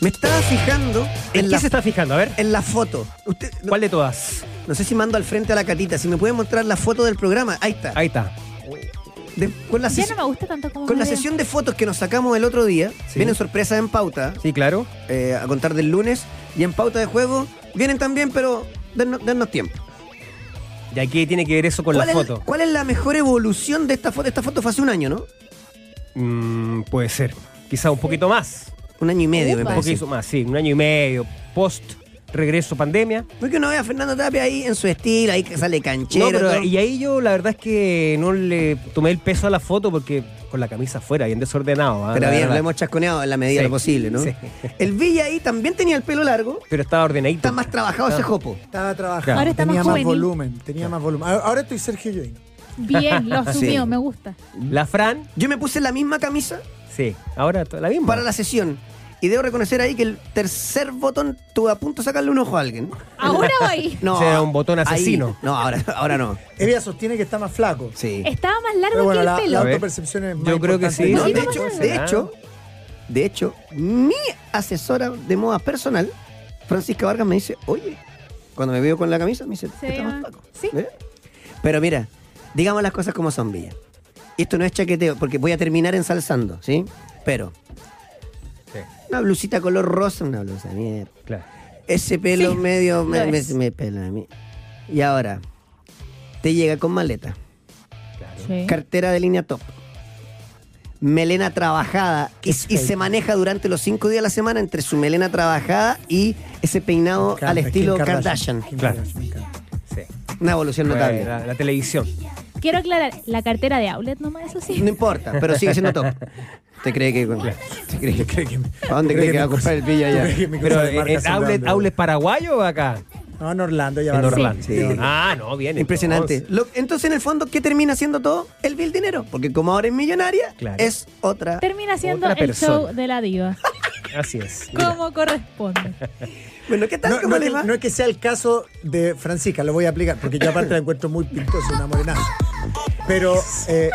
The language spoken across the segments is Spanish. Me estaba fijando ¿En en, qué la, se está fijando? A ver, en la foto. Usted, no, ¿cuál de todas? no sé si mando al frente a la catita. Si me puede mostrar la foto del programa. Ahí está. Ahí está. De- con la, Ya ses- no me gusta tanto como con la me veo. sesión de fotos que nos sacamos el otro día, Sí. vienen sorpresas en pauta Sí, claro. eh, a contar del lunes. Y en pauta de juego vienen también, pero dennos, dennos tiempo. ¿Y aquí tiene que ver eso con la ¿Cuál es, foto? ¿Cuál es la mejor evolución de esta foto? Esta foto fue hace un año, ¿no? Mm, puede ser. Quizá un poquito más. Un año y medio, me Upa. Un parece. poquito más, sí. Un año y medio. Post regreso pandemia. Porque uno ve a Fernando Tapia ahí en su estilo, ahí que sale canchero. No, pero, todo. y ahí yo la verdad es que no le tomé el peso a la foto porque con la camisa fuera, bien desordenado. ¿ah? Pero La bien, verdad. lo hemos chasconeado en la medida Sí, de lo posible, ¿no? sí. El Villa ahí también tenía el pelo largo. Pero estaba ordenadito. Está más trabajado Ah. ese jopo. Estaba trabajando. Claro. Ahora está tenía más más, juvenil. volumen. Tenía más volumen. Ahora- Ahora estoy Sergio Join. Bien, lo asumió, Sí. me gusta. La Fran, Yo me puse la misma camisa sí. Ahora to- la misma. para la sesión. Y debo reconocer ahí que el tercer botón tuve a punto de sacarle un ojo a alguien. Ahora voy. No, Ese era un botón ahí- asesino. no, ahora, ahora no. Ella sostiene que está más flaco. Sí. Estaba más largo Pero que bueno, el la, la pelo. A ver. autopercepción es más Yo creo que importante sí. No, No, sí, de no hecho, pasa de nada. hecho, de hecho, mi asesora de moda personal, Francisca Vargas, me dice, oye, cuando me veo con la camisa, me dice, "Está Se ve más más- flaco". sí. ¿Ve? Pero mira, digamos las cosas como son, Villa. Esto no es chaqueteo, porque voy a terminar ensalzando, ¿sí? Pero, Sí, una blusita color rosa, una blusa de mierda. claro. Ese pelo Sí, medio me, lo me- es. me pela a mí. Y ahora, te llega con maleta. claro. Sí. Cartera de línea top. Melena trabajada y, y se maneja durante los cinco días de la semana entre su melena trabajada y ese peinado al estilo Kardashian. Kim Claro. Kardashian, me encanta. Sí. Una evolución Fue notable. La, la televisión. Quiero aclarar, la cartera de outlet nomás, eso sí. No importa, pero sigue siendo top. ¿Te cree que.? ¿Te cree que- Cree que me- ¿A dónde cree que va a comprar el pillo allá? Cree que me Pero cruza de ¿en marcas en son de outlet, dónde, outlet paraguayo o acá? güey. No, en Orlando ya En va a- Orlando. Sí. Ah, no, bien. Impresionante. entonces. Lo- entonces, en el fondo, ¿qué termina siendo todo? El vil dinero. Porque como ahora es millonaria, Claro. es otra. Termina siendo Otra el show persona. de la diva. Así es. mira. Como corresponde. Bueno, ¿qué tal? No, ¿Cómo no, le que- va? no es que sea el caso de Francisca, lo voy a aplicar, porque yo aparte la encuentro muy pintosa, una morenaza. Pero eh,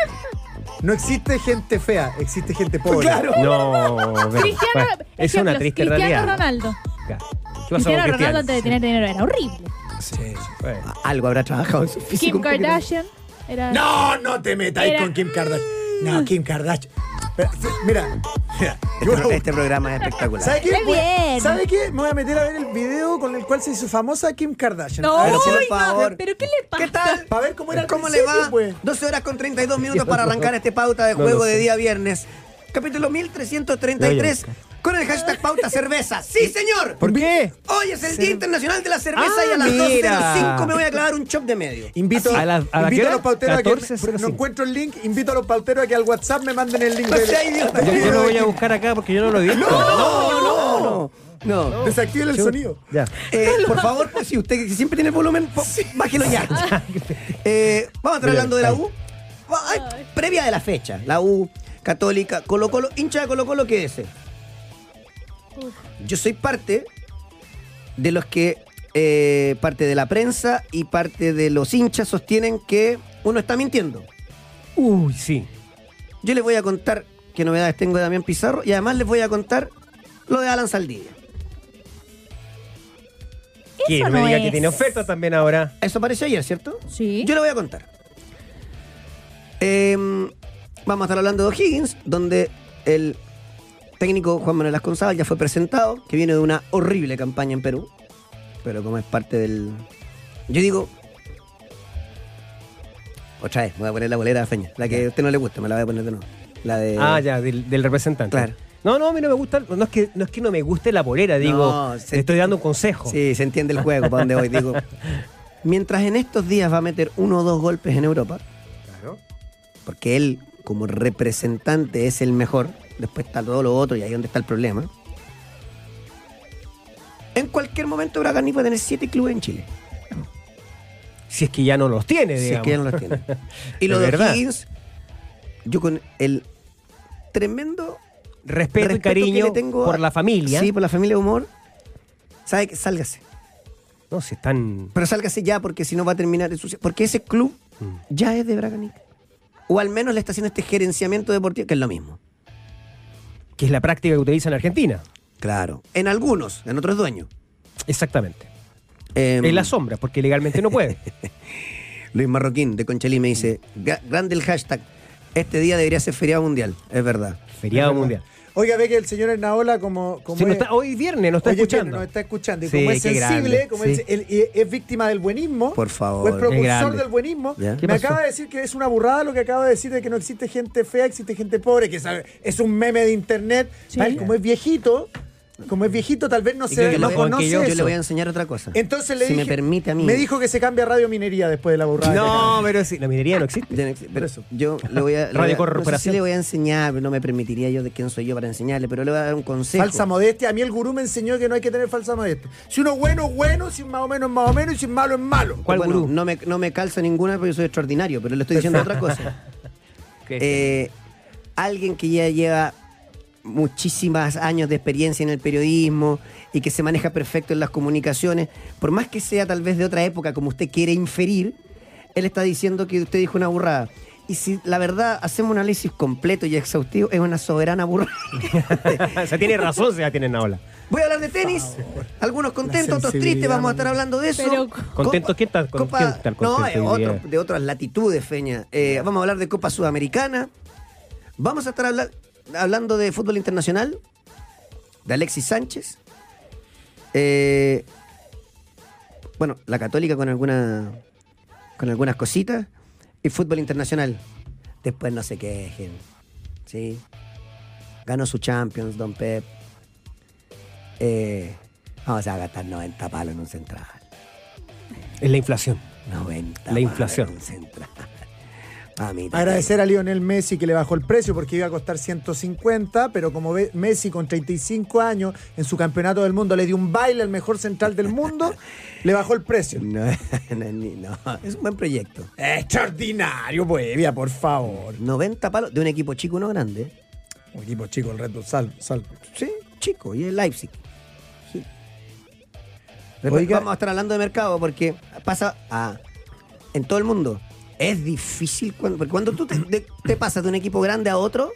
no existe gente fea, existe gente pobre. Claro. No, pero- Cristiano, bueno, es ejemplos, una triste Cristiano realidad. Ronaldo. Ya. ¿Qué pasó Cristiano con Ronaldo antes de tener dinero era horrible. Bueno, Algo habrá trabajado en su físico. Kim un poquito. Kardashian era. No, no te metas ahí Era- con Kim Kardashian. No, Kim Kardashian. Pero, f- Mira, mira. Este, yo- pro- este programa es espectacular. ¿Sabe qué? Qué Voy- bien. ¿Sabe qué? Me voy a meter a ver el video con el cual se hizo famosa Kim Kardashian. No, Pero por uy, no, favor. pero ¿qué le pasa? ¿Qué tal? Para ver cómo era al ¿Cómo le va? principio, pues. 12 horas con 32 minutos para arrancar este pauta de No lo juego de sé. día viernes. Capítulo 1333 Oye. con el hashtag pauta cerveza. ¡Sí, señor! ¿Por qué? Hoy es el Día Internacional de la Cerveza Ah, y a las mira. 12.05 me voy a clavar un chop de medio. Invito, ¿A la- a la qué invito a los hora? pauteros a 14, que no 05. encuentro el link, invito a los pauteros a que al WhatsApp me manden el link. No del- sea idiota. Yo, yo lo voy a buscar acá porque yo no lo he visto. no, no, no. no. no. Desactiven el sonido. Ya. Eh, por favor, pues, si usted siempre tiene el volumen, po- bájelo ya. Eh, vamos a estar hablando de la U. Va- ay, previa de la fecha. La U, Católica, Colo Colo, hincha de Colo Colo, ¿qué es? Uf. Yo soy parte de los que, eh, parte de la prensa y parte de los hinchas sostienen que uno está mintiendo. Uy, sí. Yo les voy a contar qué novedades tengo de Damián Pizarro y además les voy a contar lo de Alan Saldivia. Que Eso no me no diga que es. tiene oferta también ahora. Eso apareció ayer, ¿cierto? Sí. Yo le voy a contar. Eh, vamos a estar hablando de O'Higgins, donde el técnico Juan Manuel Asconzábal ya fue presentado, que viene de una horrible campaña en Perú. Pero como es parte del. Yo digo. Otra vez, me voy a poner la bolera de Feña. La que a usted no le gusta, me la voy a poner de nuevo. La de. Ah, ya, del, del representante. Eh. Claro. No, no, a mí no me gusta. No es que no, es que no me guste la polera, digo. No, se- te estoy dando un consejo. Sí, se entiende el juego para donde voy. Digo, mientras en estos días va a meter uno o dos golpes en Europa, Claro. porque él como representante es el mejor, después está todo lo otro y ahí es donde está el problema. En cualquier momento Bragarni va a tener siete clubes en Chile, Si es que ya no los tiene, si es Eh, digamos. que ya no los tiene. Y lo De de verdad. Higgins, yo con el tremendo Respeto, y respeto que cariño le tengo por a- la familia. Sí, por la familia Humor. Sabe que sálgase, No, si están. pero sálgase ya porque si no va a terminar en sucia- Porque ese club Mm. ya es de Braganic. O al menos le está haciendo este gerenciamiento deportivo, que es lo mismo. Que es la práctica que utiliza en Argentina. Claro. En algunos, en otros dueños. Exactamente. Em, En las sombras, porque legalmente no puede. Luis Marroquín de Conchalí me dice, "Ga- grande el hashtag, este día debería ser feriado mundial. Es verdad. Feriado mundial. Oiga, ve que el señor Ernaola, como, como Sí, no es- está- hoy viernes nos está Oye, bien, escuchando. nos está escuchando. Y Sí, como es qué sensible, grande, como sí. es, él- y es víctima del buenismo, Por favor. o es Qué propulsor grande. del buenismo, ¿Ya? ¿Qué me pasó? acaba de decir que es una burrada lo que acaba de decir de que no existe gente fea, existe gente pobre, que sabe- es un meme de internet. Sí. Para él, como es viejito, como es viejito, tal vez no Y se creo que no lo- conoce yo, yo le eso. voy a enseñar otra cosa. Entonces le si dije, me permite a mí. me dijo que se cambia a radio minería después de la burrada. que acaba No, pero sí, la minería no existe. Ya no existe, pero yo le voy a. le Radio voy a- No sé si Corporación. le voy a enseñar, pero no me permitiría yo de quién soy yo para enseñarle, pero le voy a dar un de- consejo. Falsa modestia, a mí el gurú me enseñó que no hay que tener falsa modestia. Si uno es bueno, es bueno, si es más o menos, es más o menos, y si es malo, es malo. ¿Cuál Bueno, gurú? No me, no me calza ninguna porque yo soy extraordinario, pero le estoy diciendo otra cosa. Este. Eh, alguien que ya lleva muchísimos años de experiencia en el periodismo y que se maneja perfecto en las comunicaciones, por más que sea tal vez de otra época como usted quiere inferir, él está diciendo que usted dijo una burrada. Y si la verdad hacemos un análisis completo y exhaustivo, es una soberana burrada. o sea, tiene razón, se la tiene Naola. Voy a hablar de tenis. Algunos contentos, otros tristes. sensibilidad, Vamos a estar hablando de eso. Pero- ¿Contentos? ¿Quién está con- Copa- quién está contento No, hoy eh, otro- día? de otras latitudes, Feña. Eh, vamos a hablar de Copa Sudamericana. Vamos a estar habla- hablando de fútbol internacional. De Alexis Sánchez. Eh, bueno, la Católica con alguna, con algunas cositas. Y fútbol internacional. Después no se quejen. ¿sí? Ganó su Champions, Don Pep. Eh, vamos a gastar 90 palos en un central. Es la inflación. 90. La inflación. palos en un central. A mí también. Agradecer a Lionel Messi que le bajó el precio porque iba a costar 150, pero como ve- Messi con 35 años en su campeonato del mundo le dio un baile al mejor central del mundo, le bajó el precio. eh, No, no, ni- no, es un buen proyecto. Extraordinario, Bohemia, por favor. 90 palos de un equipo chico, uno grande. Un equipo chico, el Red Bull, sal, sal. Sí, chico, y el Leipzig. Sí. Después Oiga. vamos a estar hablando de mercado porque pasa a, en todo el mundo. Es difícil cuando, porque cuando tú te, de- te pasas de un equipo grande a otro,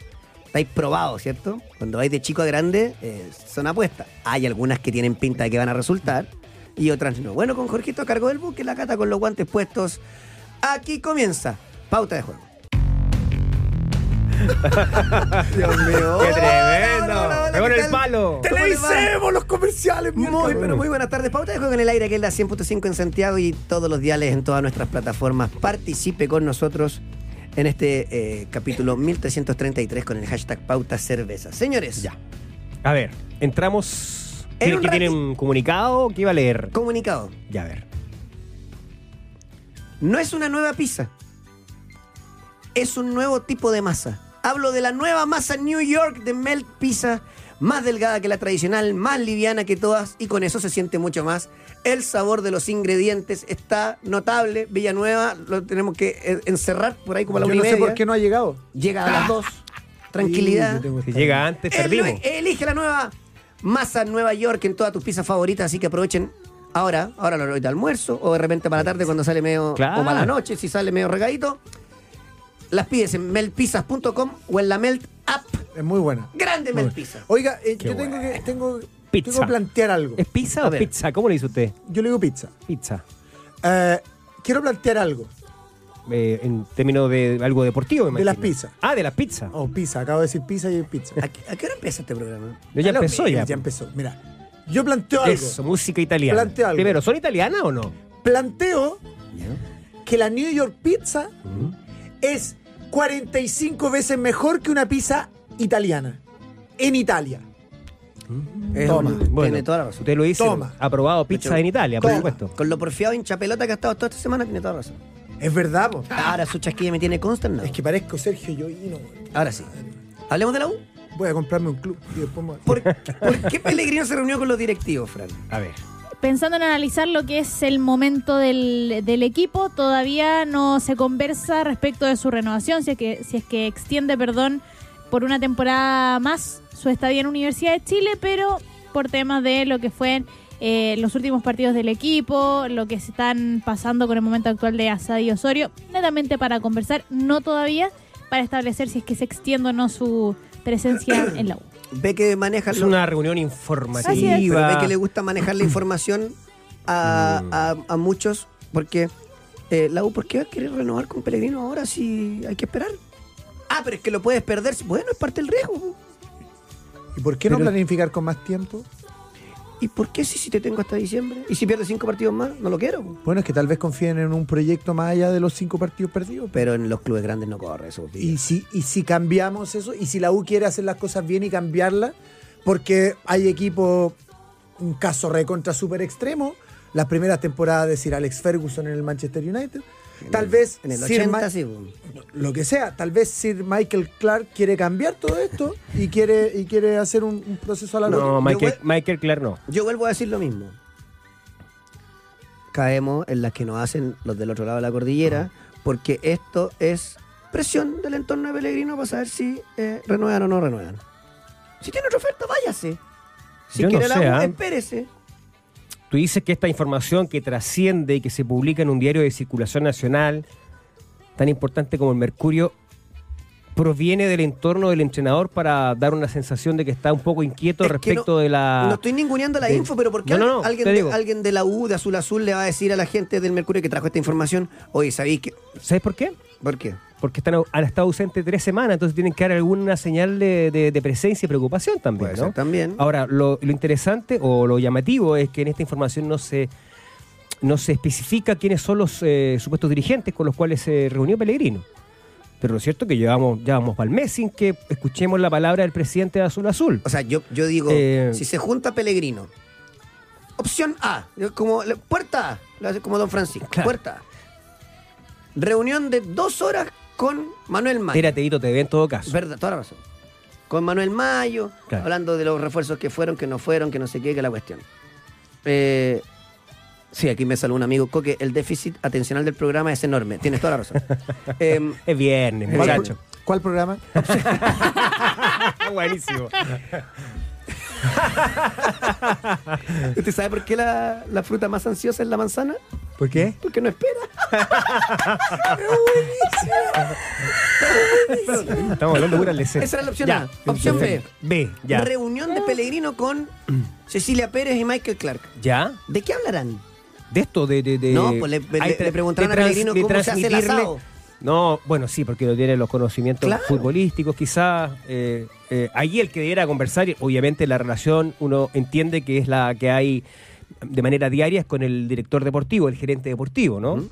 estáis probados, ¿cierto? Cuando vais de chico a grande, eh, son apuestas. Hay algunas que tienen pinta de que van a resultar y otras no. Bueno, con Jorgito a cargo del buque, la cata con los guantes puestos. Aquí comienza Pauta de Juego. Dios mío. ¡Qué Hola, hola, hola, tremendo! hola, ¡Me pone ¿qué el tal? ¿Cómo palo! le va? ¡Televisemos los comerciales! Muy, pero muy buenas tardes. Pauta de Juego en el aire, que es la 100.5 en Santiago y todos los diales en todas nuestras plataformas. Participe con nosotros en este eh, capítulo 1333 con el hashtag Pauta Cerveza. Señores, ya. A ver, entramos. En ¿Tiene un que tiene rati- un comunicado? ¿Qué iba a leer? comunicado. Ya, a ver. No es una nueva pizza. Es un nuevo tipo de masa. Hablo de la nueva masa New York de Melt Pizza, más delgada que la tradicional, más liviana que todas y con eso se siente mucho más. El sabor de los ingredientes está notable. Villanueva lo tenemos que eh, encerrar por ahí como a la Yo una no y sé media. por qué no ha llegado. Llega a las dos. Sí, yo Tranquilidad. tengo que Si estar- llega antes, perdimos. Elue- Elige la nueva masa Nueva York en todas tus pizzas favoritas, así que aprovechen ahora, ahora lo de almuerzo o de repente para la tarde cuando sale medio Claro. o para la noche, si sale medio regadito. Las pides en meltpizzas.com o en la Melt app. Es muy buena. Grande Muy Melt buena. Pizza. Oiga, eh, Qué yo tengo que, tengo, Pizza. tengo que plantear algo. ¿Es pizza A o ver. pizza? ¿Cómo le dice usted? Yo le digo pizza. Pizza. Eh, quiero plantear algo. Eh, en términos de algo deportivo, me De las imagino. pizzas. Ah, de las pizzas. Oh, pizza, acabo de decir pizza y pizza. ¿A qué, a qué hora empieza este programa? Yo ya Ah, Lo empezó mismo, ya. Ya empezó. Mira, yo planteo algo. Eso, música italiana. Planteo algo. Primero, ¿son italianas o no? Planteo que la New York Pizza es 45 veces mejor que una pizza italiana. En Italia. Es Toma. más, Bueno, tiene toda la razón. Usted lo dice. Toma. Aprobado pizza Toma. en Italia, por Toma. supuesto. Con lo porfiado hincha pelota que ha estado toda esta semana, tiene toda la razón. Es verdad, po. Ahora su chasquilla me tiene consternado. Es que parezco Sergio Yoino. Ahora sí. Hablemos de la U. Voy a comprarme un club y después me- ¿Por, ¿por qué Pellegrino se reunió con los directivos, Fran? A ver. Pensando en analizar lo que es el momento del, del equipo, todavía no se conversa respecto de su renovación, si es que, si es que extiende, perdón, por una temporada más su estadía en Universidad de Chile, pero por temas de lo que fue eh, los últimos partidos del equipo, lo que se están pasando con el momento actual de Asadi y Osorio, netamente para conversar, no todavía, para establecer si es que se extiende o no su presencia en la U. ve que maneja Es lo- una reunión Así es. Sí, pero ve informativa. que le gusta manejar la información a, a- a muchos, porque eh, la U, ¿por qué va a querer renovar con Pellegrino ahora si hay que esperar? Ah, pero es que lo puedes perder. Bueno, es parte del riesgo. ¿Y por qué no Pero- planificar con más tiempo? ¿Y por qué si, si te tengo hasta diciembre? ¿Y si pierdes cinco partidos más? No lo quiero. po. Bueno, es que tal vez confíen en un proyecto más allá de los cinco partidos perdidos. pero- Pero en los clubes grandes no corre eso. tío. Y si, y si cambiamos eso, y si la U quiere hacer las cosas bien y cambiarlas, porque hay equipo, un caso recontra super extremo, las primeras temporadas de Sir Alex Ferguson en el Manchester United, tal vez en el Sir 80 Ma- sí, po. lo que sea, tal vez Sir Michael Clark quiere cambiar todo esto y quiere, y quiere hacer un, un proceso a la No, luz. Michael, Yo- Michael Clark no. Yo vuelvo a decir lo mismo. Caemos en las que nos hacen los del otro lado de la cordillera, porque esto es presión del entorno de Pellegrino para saber si eh, renuevan o no renuevan. Si tiene otra oferta, váyase. Si Yo no quiere la sé, U, ¿ah? espérese. Tú dices que esta información que trasciende y que se publica en un diario de circulación nacional, tan importante como el Mercurio, proviene del entorno del entrenador para dar una sensación de que está un poco inquieto Es que respecto no- de la... No estoy ninguneando la Ah, de- info, pero porque No, no, alguien- no, te alguien, digo. de, alguien de la U, de Azul Azul, le va a decir a la gente del Mercurio que trajo esta información, oye, ¿sabéis que ¿Sabes por qué? ¿Por qué? Porque están, au- han estado ausentes tres semanas, entonces tienen que dar alguna señal de, de- de presencia y preocupación también, Puede ¿no? ser también. Ahora, lo, lo interesante o lo llamativo es que en esta información no se, no se especifica quiénes son los eh, supuestos dirigentes con los cuales se reunió Pellegrino. Pero lo cierto es que llevamos, ya vamos al mes sin que escuchemos la palabra del presidente de Azul Azul. O sea, yo, yo digo, Eh, si se junta Pellegrino, opción A, yo como la- puerta A, lo hace como Don Francisco, Claro. puerta A. Reunión de dos horas con Manuel Mayo. Era Tedito TV en todo caso. Verdad, toda la razón. Con Manuel Mayo, Claro. hablando de los refuerzos que fueron, que no fueron, que no sé qué, que la cuestión. Eh, sí, aquí me salió un amigo, Coque, el déficit atencional del programa es enorme, tienes toda la razón. Em, Es viernes, Es ¿Cuál, muchacho. cuál programa? Ah, Buenísimo. ¿Usted sabe por qué la, la fruta más ansiosa es la manzana? ¿Por qué? Porque no espera. Estamos hablando de pura lección. Esa era la opción Ya. A. Opción B. B, ya. Reunión de Pellegrino con Cecilia Pérez y Michael Clark. ¿Ya? ¿De qué hablarán? De esto, de. de, de- No, pues le- le- Hay tra- le preguntaron de a Pellegrino de cómo se hace el transmitirle- asado. No, bueno, sí, porque no tiene los conocimientos Claro. futbolísticos, quizás. eh, eh, ahí el que debiera conversar, y obviamente la relación uno entiende que es la que hay de manera diaria es con el director deportivo, el gerente deportivo, ¿no?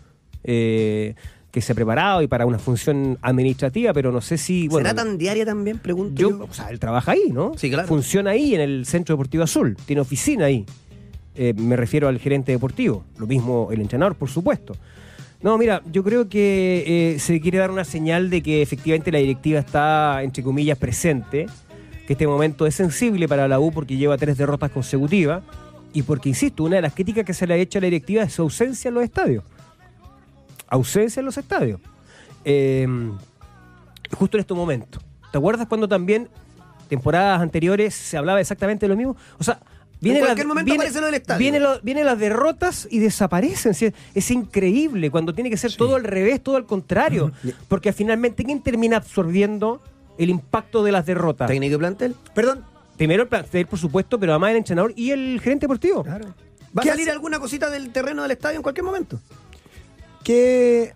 Eh, que se ha preparado y para una función administrativa, pero no sé si. Bueno, ¿Será tan diaria también? Pregunto yo. yo, o sea, él trabaja ahí, ¿no? Sí, claro. Funciona ahí en el Centro Deportivo Azul, tiene oficina ahí. Eh, me refiero al gerente deportivo, lo mismo el entrenador, por supuesto. No, mira, yo creo que eh, se quiere dar una señal de que efectivamente la directiva está, entre comillas, presente, que este momento es sensible para la U porque lleva tres derrotas consecutivas y porque, insisto, una de las críticas que se le ha hecho a la directiva es su ausencia en los estadios. Ausencia en los estadios. Eh, justo en estos momentos. ¿Te acuerdas cuando también, temporadas anteriores, se hablaba exactamente de lo mismo? O sea, viene cualquier momento aparece lo del estadio. viene lo- vienen las derrotas y desaparecen. Sí, Es increíble cuando tiene que ser todo al revés, todo al contrario. Porque finalmente, ¿quién termina absorbiendo el impacto de las derrotas? ¿Técnico y plantel? Perdón, Primero el plantel, por supuesto, pero además el entrenador y el gerente deportivo. ¿Va a ¿Qué salir hace? alguna cosita del terreno del estadio en cualquier momento? ¿Qué,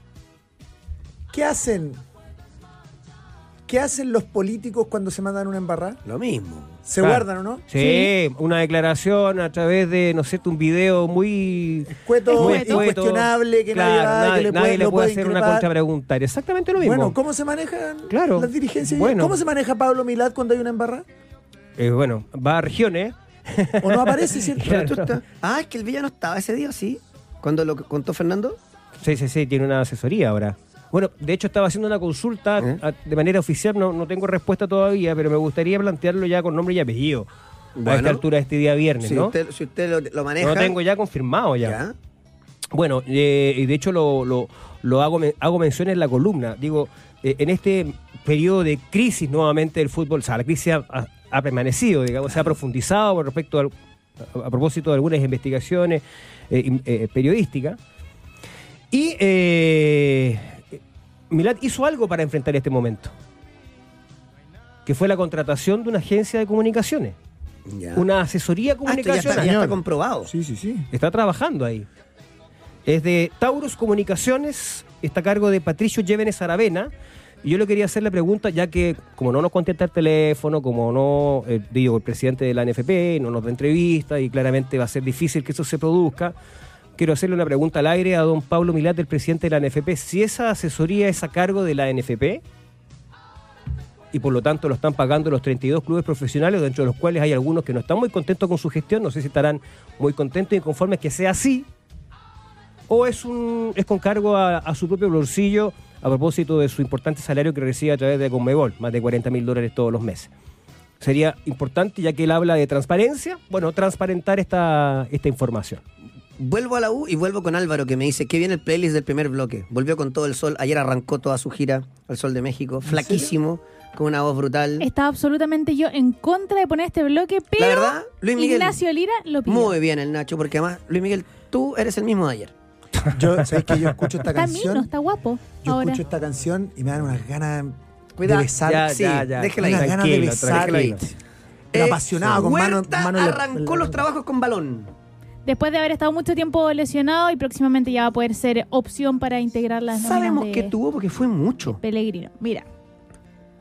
qué hacen? ¿Qué hacen los políticos cuando se mandan una embarrada? Lo mismo. ¿Se Claro. guardan o no? Sí, una declaración a través de, no sé, un video muy... Cueto, muy Escueto. incuestionable, que nadie, Claro, va, que nadie- le nadie puede, le lo puede puede hacer una increpar. contrapregunta. Exactamente lo mismo. Bueno, ¿cómo se manejan Claro. las dirigencias? Bueno. ¿Cómo se maneja Pablo Milad cuando hay una embarrada? Eh, bueno, va a regiones. ¿O no aparece, cierto? Claro. Tú estás- Ah, es que el Villa no estaba ese día, sí. Cuando lo contó Fernando. Sí, sí, sí, tiene una asesoría ahora. Bueno, de hecho estaba haciendo una consulta ¿Eh? a- de manera oficial, no, no tengo respuesta todavía, pero me gustaría plantearlo ya con nombre y apellido. a Bueno. esta altura de este día viernes, Si ¿no? usted, si usted lo, lo maneja. Lo tengo ya confirmado ya. ya. Bueno, eh, y de hecho lo, lo- lo hago, men- hago mención en la columna. Digo, eh, en este periodo de crisis nuevamente del fútbol, o sea, la crisis ha, ha- ha permanecido, digamos, se ha profundizado con respecto al- a, a propósito de algunas investigaciones eh, in- eh, periodísticas. Y eh, Milad hizo algo para enfrentar este momento. que fue la contratación de una agencia de comunicaciones, Ya. una asesoría Ah, esto ya está, ya comunicacional. está Señor. comprobado. Sí, sí, sí. Está trabajando ahí. Es de Taurus Comunicaciones, está a cargo de Patricio Llévenes Aravena. Y yo le quería hacer la pregunta, ya que como no nos contesta el teléfono, como no, eh, digo, el presidente de la NFP no nos da entrevistas y claramente va a ser difícil que eso se produzca, quiero hacerle una pregunta al aire a don Pablo Milat, el presidente de la NFP, si esa asesoría es a cargo de la NFP y por lo tanto lo están pagando los 32 clubes profesionales, dentro de los cuales hay algunos que no están muy contentos con su gestión, no sé si estarán muy contentos y conformes que sea así, o es, un, es con cargo a, a su propio bolsillo a propósito de su importante salario que recibe a través de Conmebol, más de 40 mil dólares todos los meses. Sería importante, ya que él habla de transparencia, bueno, transparentar esta, esta información. Vuelvo a la U y vuelvo con Álvaro que me dice que viene el playlist del primer bloque. Volvió con todo el sol. Ayer arrancó toda su gira al Sol de México, flaquísimo, con una voz brutal. Estaba absolutamente yo en contra de poner este bloque, pero La verdad, Luis Miguel. Ignacio Lira lo pidió. Muy bien el Nacho, porque además, Luis Miguel, tú eres el mismo de ayer. Yo, ¿sabes que Yo escucho esta Está mino, canción. está guapo. Yo ahora. escucho esta canción y me dan unas ganas Cuidado. de besar. Ya, sí, déjela ahí. Unas ganas de Tranquilo, besar. Eh, tranquilo. Pero apasionado, con mano- Huerta mano en la- en arrancó la- los trabajos con balón. Después de haber estado mucho tiempo lesionado y próximamente ya va a poder ser opción para integrar las nóminas Sabemos de que tuvo porque fue mucho. Pellegrino. Mira,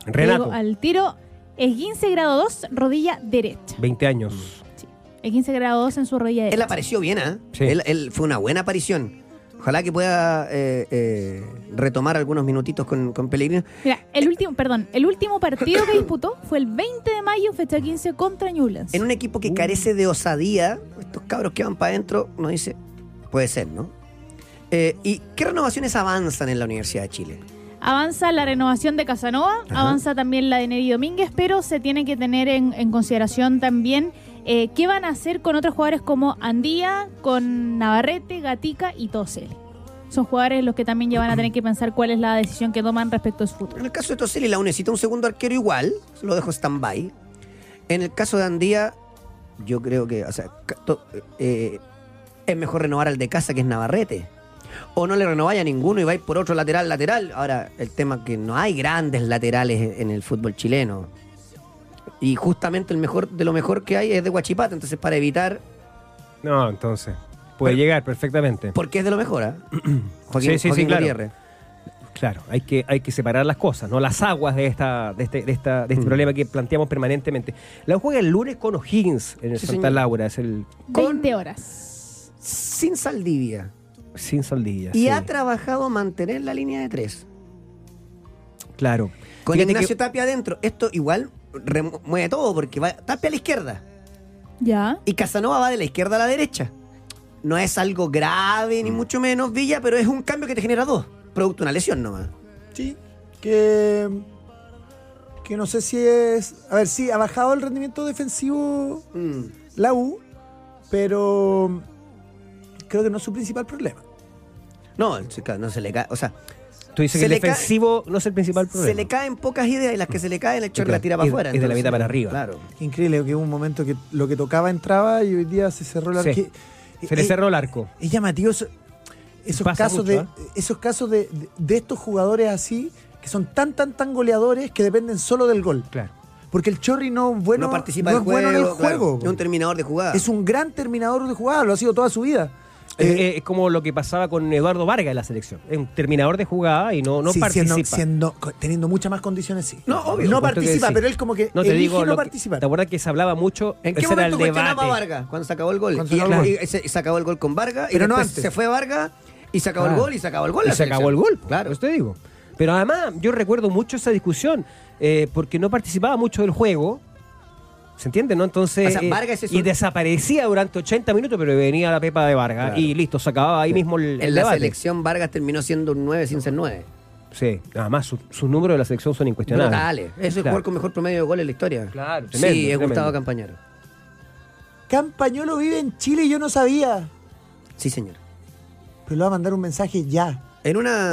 Renato, Diego al tiro, esguince grado 2, rodilla derecha. 20 años. Esguince grado 2 en su rodilla Él derecha. apareció bien, ¿ah? Sí. Él, él fue una buena aparición. Ojalá que pueda eh, eh, retomar algunos minutitos con, con Pellegrino. Mira, el último, perdón, el último partido que disputó fue el 20 de mayo, fecha 15 contra Newlands. En un equipo Uh. que carece de osadía, estos cabros que van para adentro, uno dice, puede ser, ¿no? Eh, ¿Y qué renovaciones avanzan en la Universidad de Chile? Avanza la renovación de Casanova, Ajá. avanza también la de Neri Domínguez, pero se tiene que tener en, en consideración también eh, qué van a hacer con otros jugadores como Andía, con Navarrete, Gatica y Tosel. Son jugadores los que también ya van a tener que pensar cuál es la decisión que toman respecto a su futuro. En el caso de Toseli, la U necesita un segundo arquero igual, se lo dejo stand-by. En el caso de Andía, yo creo que, o sea, ca- to- eh, es mejor renovar al de casa que es Navarrete. O no le renováis a ninguno y vais por otro lateral, lateral. Ahora, el tema es que no hay grandes laterales en el fútbol chileno. Y justamente el mejor de lo mejor que hay es de Huachipata. Entonces, para evitar No, entonces, puede llegar perfectamente. Porque es de lo mejor, ¿ah? Joaquín, Sí, sí, sí, Joaquín claro. Gutiérrez. Claro, hay que, hay que separar las cosas, ¿no? Las aguas de esta, de este, de esta, de este problema que planteamos permanentemente. La U juega el lunes con O'Higgins en el Sí, Santa señor. Laura, es el 20 horas. Sin Saldivia. sin saldilla. Y sí. ha trabajado mantener la línea de tres. Claro. Con Fíjate Ignacio que- Tapia adentro. Esto igual remueve todo porque va Tapia a la izquierda. Ya. Y Casanova va de la izquierda a la derecha. No es algo grave, ni mucho menos, Villa, pero es un cambio que te genera dos. Producto de una lesión nomás. Sí, que. Que no sé si es. A ver, sí, ha bajado el rendimiento defensivo Mm. la U, pero. Creo que no es su principal problema. No, se ca- no se le cae. O sea, tú dices Se que le el cae- defensivo no es el principal problema. se le caen pocas ideas y las que se le caen, el chorro claro, la tira para y- afuera. y de la entonces, mitad para arriba. Claro. Increíble, que hubo un momento que lo que tocaba entraba y hoy día se cerró el Sí. arque- Se le Eh, cerró el arco. Es llamativo eso- esos, Pasa casos mucho, de, ¿eh? esos casos de, de- de estos jugadores así, que son tan, tan, tan goleadores que dependen solo del gol. Claro. Porque el Chorri no, es bueno, Pues no participa no del es juego. bueno en el claro. juego. Es un terminador de jugada. Es un gran terminador de jugada, lo ha sido toda su vida. Eh, eh, es como lo que pasaba con Eduardo Vargas en la selección. Es un terminador de jugada y no, no sí, siendo- participa. siendo- co- teniendo muchas más condiciones, sí. No, obvio. No Por supuesto que participa, sí. pero él como que No te elige digo, no lo que- participar. ¿te acuerdas que se hablaba mucho? ¿En qué Ese era momento el debate. cuestionamos a Vargas? Cuando se acabó el gol. Cuando se Y, acabó el y- y se, y se acabó el gol con Vargas. y Pero no después antes. Se fue Vargas y se acabó el Claro. gol y se acabó el gol. Y la se acabó el selección. gol. Claro. Usted digo. Pero además, yo recuerdo mucho esa discusión, eh, porque no participaba mucho del juego. ¿Se entiende? ¿No? Entonces. O sea, eh, Vargas es y un- desaparecía durante 80 minutos, pero venía la pepa de Vargas. Claro. Y listo, se acababa ahí mismo el, el En la debate. selección Vargas terminó siendo un 9 sin ser 9. Sí. Además, su- sus números de la selección son incuestionables. Dale. Eso es Claro. jugar con mejor promedio de gol en la historia. Claro, Sí, tremendo, es Gustavo tremendo. Campañaro. Campañolo vive en Chile y yo no sabía. Sí, señor. Pero le voy a mandar un mensaje ya. En Ah. una.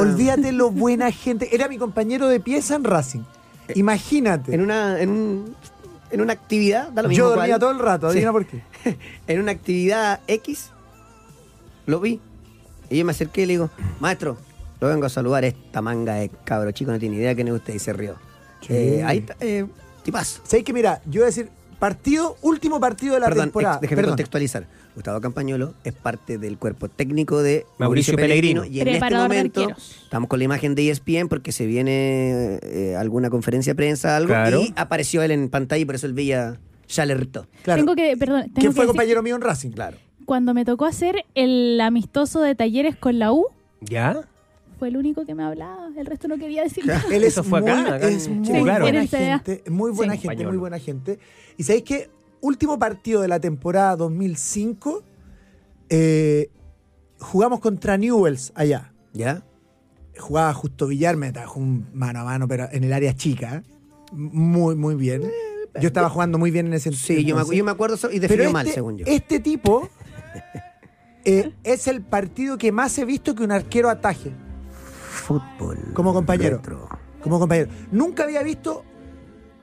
Olvídate lo buena gente. Era mi compañero de pieza en Racing. Eh, Imagínate. En una. En un- en una actividad, da lo mismo Yo dormía cuál, todo el rato, Sí. adivina por qué. En una actividad X, lo vi. Y yo me acerqué y le digo, maestro, lo vengo a saludar. Esta manga de cabro chico no tiene idea quién es usted. Y se rió. Sí. Eh, ahí está, eh, Tipazo. ¿Sabéis que mira, yo voy a decir, partido, último partido de la Perdón, temporada. ex- déjeme contextualizar. Gustavo Campañolo es parte del cuerpo técnico de Mauricio, Mauricio Pellegrino. Pellegrino. Y en este Preparador de momento arqueros. estamos con la imagen de E ESPN porque se viene eh, alguna conferencia de prensa, algo. Claro. Y apareció él en pantalla y por eso el Villa ya le retó. Claro. Tengo que, perdón, tengo ¿Quién que fue decir- compañero mío en Racing? Claro. cuando me tocó hacer el amistoso de talleres con la U, ¿Ya? fue el único que me hablaba, el resto no quería decir nada. Él Eso es fue muy, acá, acá en es Chile, muy claro. buena En el CDA. gente, muy buena gente, muy Español. buena gente. Y sabéis que último partido de la temporada 2005 eh, jugamos contra Newells allá. ¿Ya? Jugaba Justo Villar, me atajó un mano a mano, pero en el área chica. Muy, muy bien. Yo estaba jugando muy bien en ese Eh, Sí, yo me, acu- entonces. yo me acuerdo eso y Pero definió este, mal, según yo. este tipo eh, es el partido que más he visto que un arquero ataje. Fútbol. Como compañero. retro. como compañero. Nunca había visto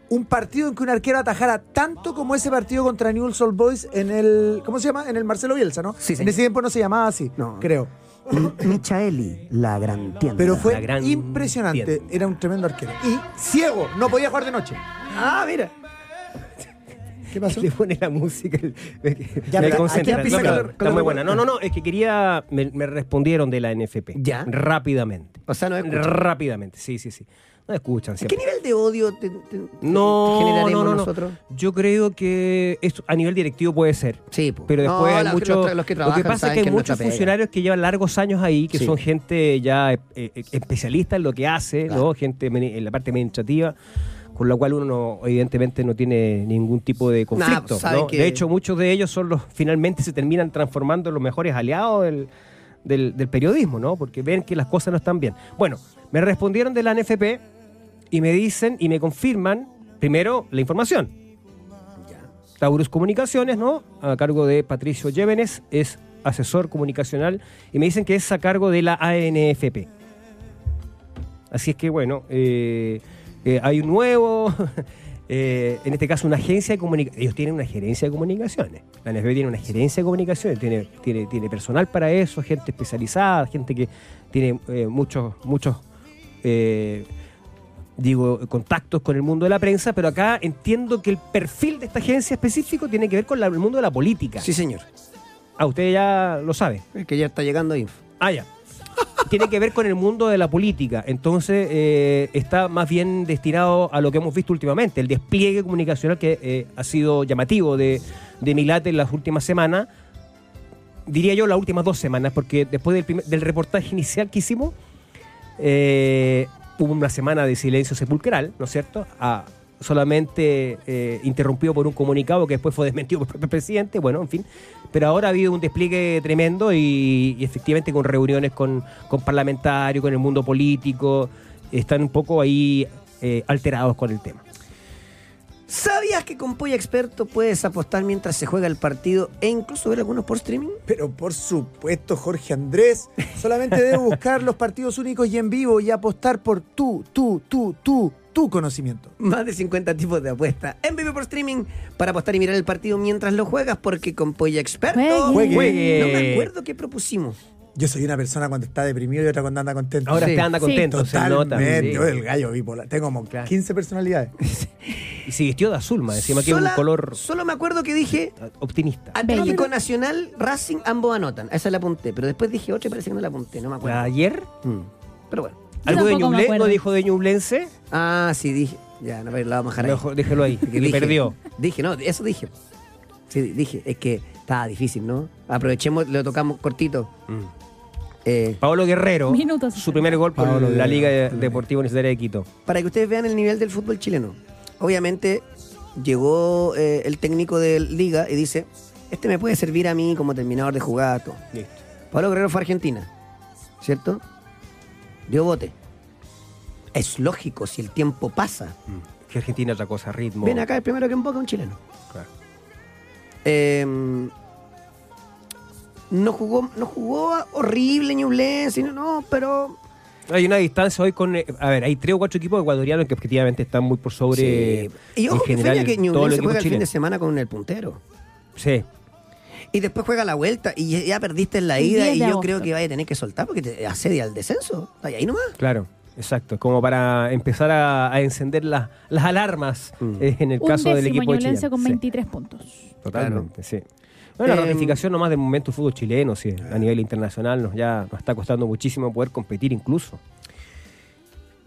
un partido en que un arquero atajara tanto como ese partido contra Newell's Old Boys en el. ¿Cómo se llama? En el Marcelo Bielsa, ¿no? Sí, en señor. ese tiempo no se llamaba así, No. creo. M- Michaeli, la gran tienda. Pero fue La gran impresionante. tienda. Era un tremendo arquero. Y ciego, no podía jugar de noche. Ah, mira. ¿Qué pasó? Le pone la música. el- Ya, me pero concentra. aquí No, pero empieza con lo- con está lo muy que- buena. No, no, no. Es que quería. Me, me respondieron de la NFP. Ya. Rápidamente. O sea, no escucha. Rápidamente. Sí, sí, sí. No escuchan. ¿Qué siempre. nivel de odio te, te- te No, generaremos no, no, no. nosotros? Yo creo que esto a nivel directivo puede ser. Sí, po. Pero después No, hay la- muchos. los tra- los que lo que trabajan pasa es saben que hay que es nuestra muchos pega. funcionarios que llevan largos años ahí, que Sí. son gente ya eh, eh, especialista en lo que hace, Claro. ¿no? gente meni- en la parte administrativa, con la cual uno no- evidentemente no tiene ningún tipo de conflicto. pues, sabe ¿no? que- De hecho, muchos de ellos son los finalmente se terminan transformando en los mejores aliados del, del- del periodismo, ¿no? Porque ven que las cosas no están bien. Bueno, me respondieron de la NFP y me dicen y me confirman primero la información. Taurus Comunicaciones, ¿no? A cargo de Patricio Llévenes, es asesor comunicacional y me dicen que es a cargo de la ANFP. Así es que bueno, eh, eh, hay un nuevo, eh, en este caso una agencia de comunicaciones. Ellos tienen una gerencia de comunicaciones. La ANFP tiene una gerencia de comunicaciones, tiene, tiene, tiene personal para eso, gente especializada, gente que tiene eh, muchos, muchos eh, digo, contactos con el mundo de la prensa, pero acá entiendo que el perfil de esta agencia específico tiene que ver con la- el mundo de la política. Sí, señor. Ah, usted ya lo sabe. Es que ya está llegando info. Ah, ya. Tiene que ver con el mundo de la política. Entonces, eh, está más bien destinado a lo que hemos visto últimamente, el despliegue comunicacional que eh, ha sido llamativo de, de Milate en las últimas semanas. Diría yo las últimas dos semanas, porque después del, primer- del reportaje inicial que hicimos, eh, hubo una semana de silencio sepulcral, ¿no es cierto? Ah, solamente eh, interrumpido por un comunicado que después fue desmentido por el propio presidente, bueno, en fin. Pero ahora ha habido un despliegue tremendo y, y efectivamente con reuniones con, con parlamentarios, con el mundo político, están un poco ahí eh, alterados con el tema. ¿Sabías que con Polla Experto puedes apostar mientras se juega el partido e incluso ver algunos por streaming? Pero por supuesto, Jorge Andrés, solamente debe buscar los partidos únicos y en vivo y apostar por tú, tú, tú, tú, tu conocimiento. Más de 50 tipos de apuestas en vivo por streaming para apostar y mirar el partido mientras lo juegas porque con Polla Experto... Juegue. Juegue. No me acuerdo qué propusimos. Yo soy una persona cuando está deprimido y otra cuando anda contento. Ahora Sí. usted anda Sí. contento, se nota. Totalmente, yo el sí. gallo bipolar. Tengo como Claro. 15 personalidades. Y se vistió de azul, más encima que es un Sola- color Solo me acuerdo que dije... eh, optimista. Atlético Nacional, Racing, ambos anotan. A esa la apunté. Pero después dije otra y parece que no la apunté. No me acuerdo. Ayer, Mm. Pero bueno. algo de tampoco me Ñublense, acuerdo. no dijo de Ñublense, Ah, sí, dije. Ya, no, pero la vamos a dejar ahí. Mejor déjelo ahí, Porque que perdió. Dije, no, eso dije. Sí, dije, es que estaba difícil, ¿no? Aprovechemos, lo tocamos cortito. Eh, Paolo Guerrero, Minutos. su primer gol por Paolo la Guerrero. Liga Deportiva Universitaria de Quito. para que ustedes vean el nivel del fútbol chileno. Obviamente, llegó eh, el técnico de Liga y dice: Este me puede servir a mí como terminador de jugada. todo". Listo. Pablo Guerrero fue a Argentina, ¿cierto? Dio bote. Es lógico si el tiempo pasa. Que Argentina otra cosa, ritmo. Viene acá el primero que emboca un chileno. Claro. Eh, no jugó, no jugó horrible Ñublense, no, no, pero Hay una distancia hoy con. eh, A ver, hay tres o cuatro equipos ecuatorianos que objetivamente están muy por sobre. Sí. Y ojo en que general, feña que todos los Ñublense equipos juega el fin de chilenos. semana con el puntero. Sí. Y después juega la vuelta y ya- ya perdiste en la El ida 10 y de yo agosto. creo que vaya a tener que soltar porque te asedia el descenso. Ahí, ahí nomás. Claro. Exacto, como para empezar a, a encender las- las alarmas Mm. eh, en el Un caso del décimo equipo de Ñublense Chile. con Sí. 23 puntos. Totalmente, sí. Bueno, la Em, ramificación nomás del momento del fútbol chileno, sí, a nivel internacional nos ya nos está costando muchísimo poder competir incluso.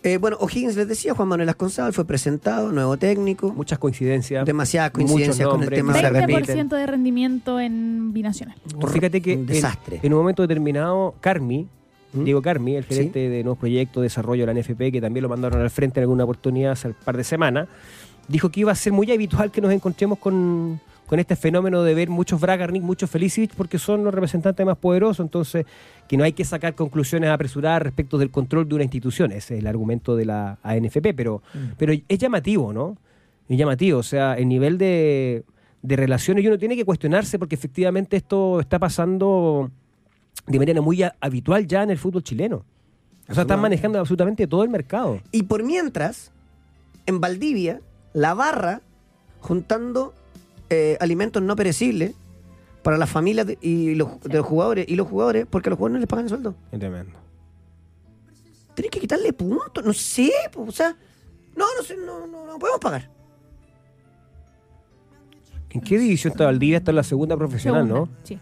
Eh, bueno, O'Higgins les decía, Juan Manuel Asconzal fue presentado, nuevo técnico. Muchas coincidencias. Demasiadas muchos coincidencias con el nombres tema que se de la 20% repiten. de rendimiento en binacional. Fíjate que Un en- desastre. En, un momento determinado, Carmi, ¿Mm? Diego Carmi, el Sí. gerente de nuevos proyectos de desarrollo de la NFP, que también lo mandaron al frente en alguna oportunidad hace un par de semanas, dijo que iba a ser muy habitual que nos encontremos con, con este fenómeno de ver muchos Bragarnik, muchos Felicich, porque son los representantes más poderosos, entonces que no hay que sacar conclusiones apresuradas respecto del control de una institución. Ese es el argumento de la ANFP, pero, Mm. pero es llamativo, ¿no? Es llamativo, o sea, el nivel de, de relaciones y uno tiene que cuestionarse porque efectivamente esto está pasando de manera muy a- habitual ya en el fútbol chileno. O sea, están manejando absolutamente todo el mercado. Y por mientras, en Valdivia, la barra juntando eh, alimentos no perecibles para las familias de, y los, de los jugadores y los jugadores, porque a los jugadores no les pagan el sueldo. Es tremendo. Tienen que quitarle puntos, no sé, po, o sea, no, no sé, no, no, no podemos pagar. ¿En qué división está Valdivia? Está en la segunda profesional, ¿no? Segunda, Sí.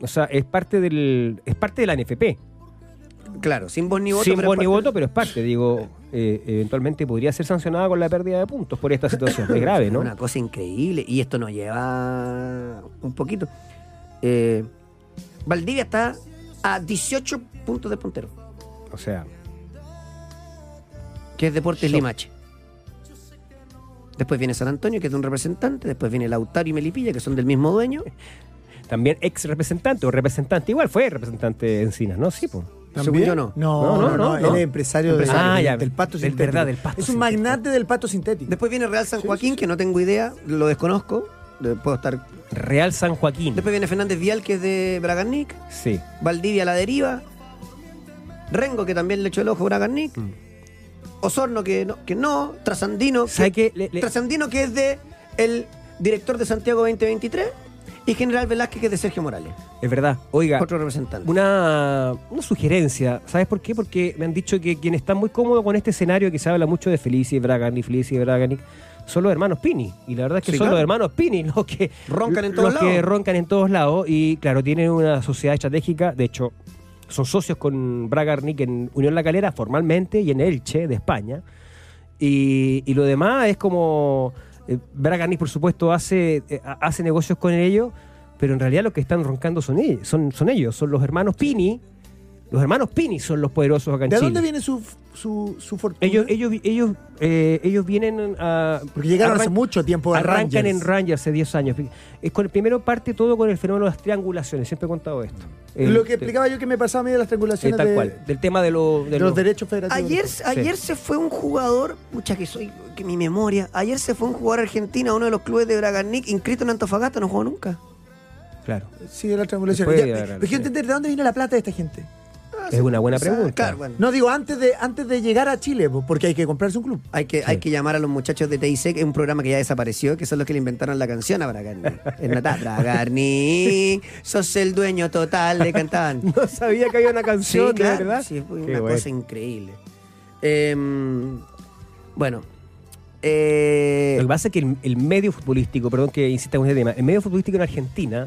O sea, es parte del es parte de la NFP. Claro, sin voz ni voto. Sin pero voz ni parte- voto, pero es parte. Digo, eh, eventualmente podría ser sancionada con la pérdida de puntos por esta situación. Es grave, ¿no? Una cosa increíble. Y esto nos lleva un poquito. Eh, Valdivia está a 18 puntos de puntero, O sea, que es Deportes Shock. Limache. Después viene San Antonio, que es de un representante. Después viene Lautaro y Melipilla, que son del mismo dueño. también ex representante o representante igual fue representante de Encinas, ¿no? Sí, pues. Según yo, no. No, no, no. no. Él es empresario, de- Empresario. de- Ah, ya. del pato Del sintético. verdad, del pato es un sintético. magnate del pato sintético. Después viene Real San Joaquín, que no tengo idea, lo desconozco. de- Puedo estar. Real San Joaquín. Después viene Fernández Vial, que es de Braganic. Sí. Valdivia a la deriva. Rengo, que también le echó el ojo a Braganic. Mm. Osorno, que no. Que no. Trasandino, que ¿Sabes qué? Le- le- Trasandino, que es de el director de Santiago 2023, y General Velázquez, que es de Sergio Morales, Es verdad. Oiga, otro representante. una, una sugerencia. ¿Sabes por qué? Porque me han dicho que quien está muy cómodo con este escenario que se habla mucho de Felici Braganic, Felici Braganic, son los hermanos Pini. Y la verdad es que Sí, son claro. los hermanos Pini los que Roncan en los todos que lados. roncan en todos lados. Y claro, tienen una sociedad estratégica. De hecho, son socios con Bragarnik en Unión La Calera formalmente y en Elche de España. Y, y lo demás es como. eh, Bragarnik, por supuesto, hace, eh, ha- hace negocios con ellos, pero en realidad los que están roncando son ellos, son, son ellos, son los hermanos Pini. Los hermanos Pini son los poderosos acá en ¿De Chile. dónde viene su, su, su fortuna? Ellos, ellos, ellos, eh, ellos vienen a. Porque llegaron hace arran- mucho tiempo a Arrancan Rangers. en Rangers hace 10 años. Es con el primero parte todo con el fenómeno de las triangulaciones. Siempre he contado esto. El- Lo que eh, explicaba yo que me pasaba a mí de las eh, triangulaciones tal de, cual. Del tema de, lo- de de los los- derechos federativos. Ayer, ayer se fue un jugador, pucha que soy, que mi memoria, ayer se fue un jugador argentino a uno de los clubes de Braganic, inscrito en Antofagasta, no jugó nunca. Claro. Sí, de las triangulaciones. Después Ya, de agarrar, pero quiero sí. entender de dónde viene la plata de esta gente. Es una buena O sea, pregunta. Ah, Claro, bueno. No digo antes de antes de llegar a Chile, po, porque hay que comprarse un club. Hay que, hay que llamar a los muchachos de TIC, que es un programa que ya desapareció, que son los que le inventaron la canción a Bragarnik. En Natal, Bragarnik, sos el dueño total, le cantaban. No sabía que había una Sí, canción, de claro, verdad. sí, fue Qué una bueno. cosa increíble. Em, bueno, eh, Lo que pasa es que el, el medio futbolístico, perdón que insista con este tema, el medio futbolístico en Argentina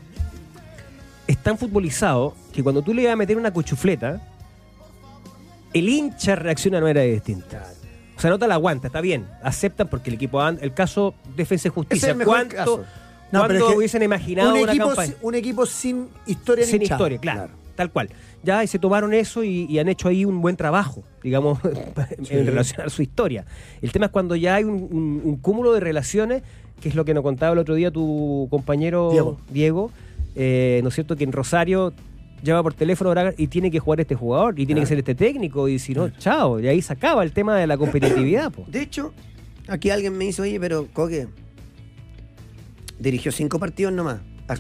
es tan futbolizado que cuando tú le vas a meter una cuchufleta, el hincha reacciona de manera distinta. O sea, no te la aguanta, está bien. Aceptan porque el equipo. an- El caso Defensa y Justicia. Es el mejor ¿Cuánto, caso. No, pero cuánto es que hubiesen imaginado un, una equipo, campaña? sin- un equipo sin historia ni sin hinchada. historia, claro, Tal cual. Ya y se tomaron eso y, y han hecho ahí un buen trabajo, digamos, en relación a su historia. El tema es cuando ya hay un, un- un cúmulo de relaciones, que es lo que nos contaba el otro día tu compañero Diego. Diego, eh, ¿no es cierto? Que en Rosario llama por teléfono a Braga y tiene que jugar este jugador y tiene que ser este técnico y si no, chao. Y ahí se acaba el tema de la competitividad. po. de hecho, aquí alguien me hizo, oye, pero Coque dirigió cinco partidos nomás al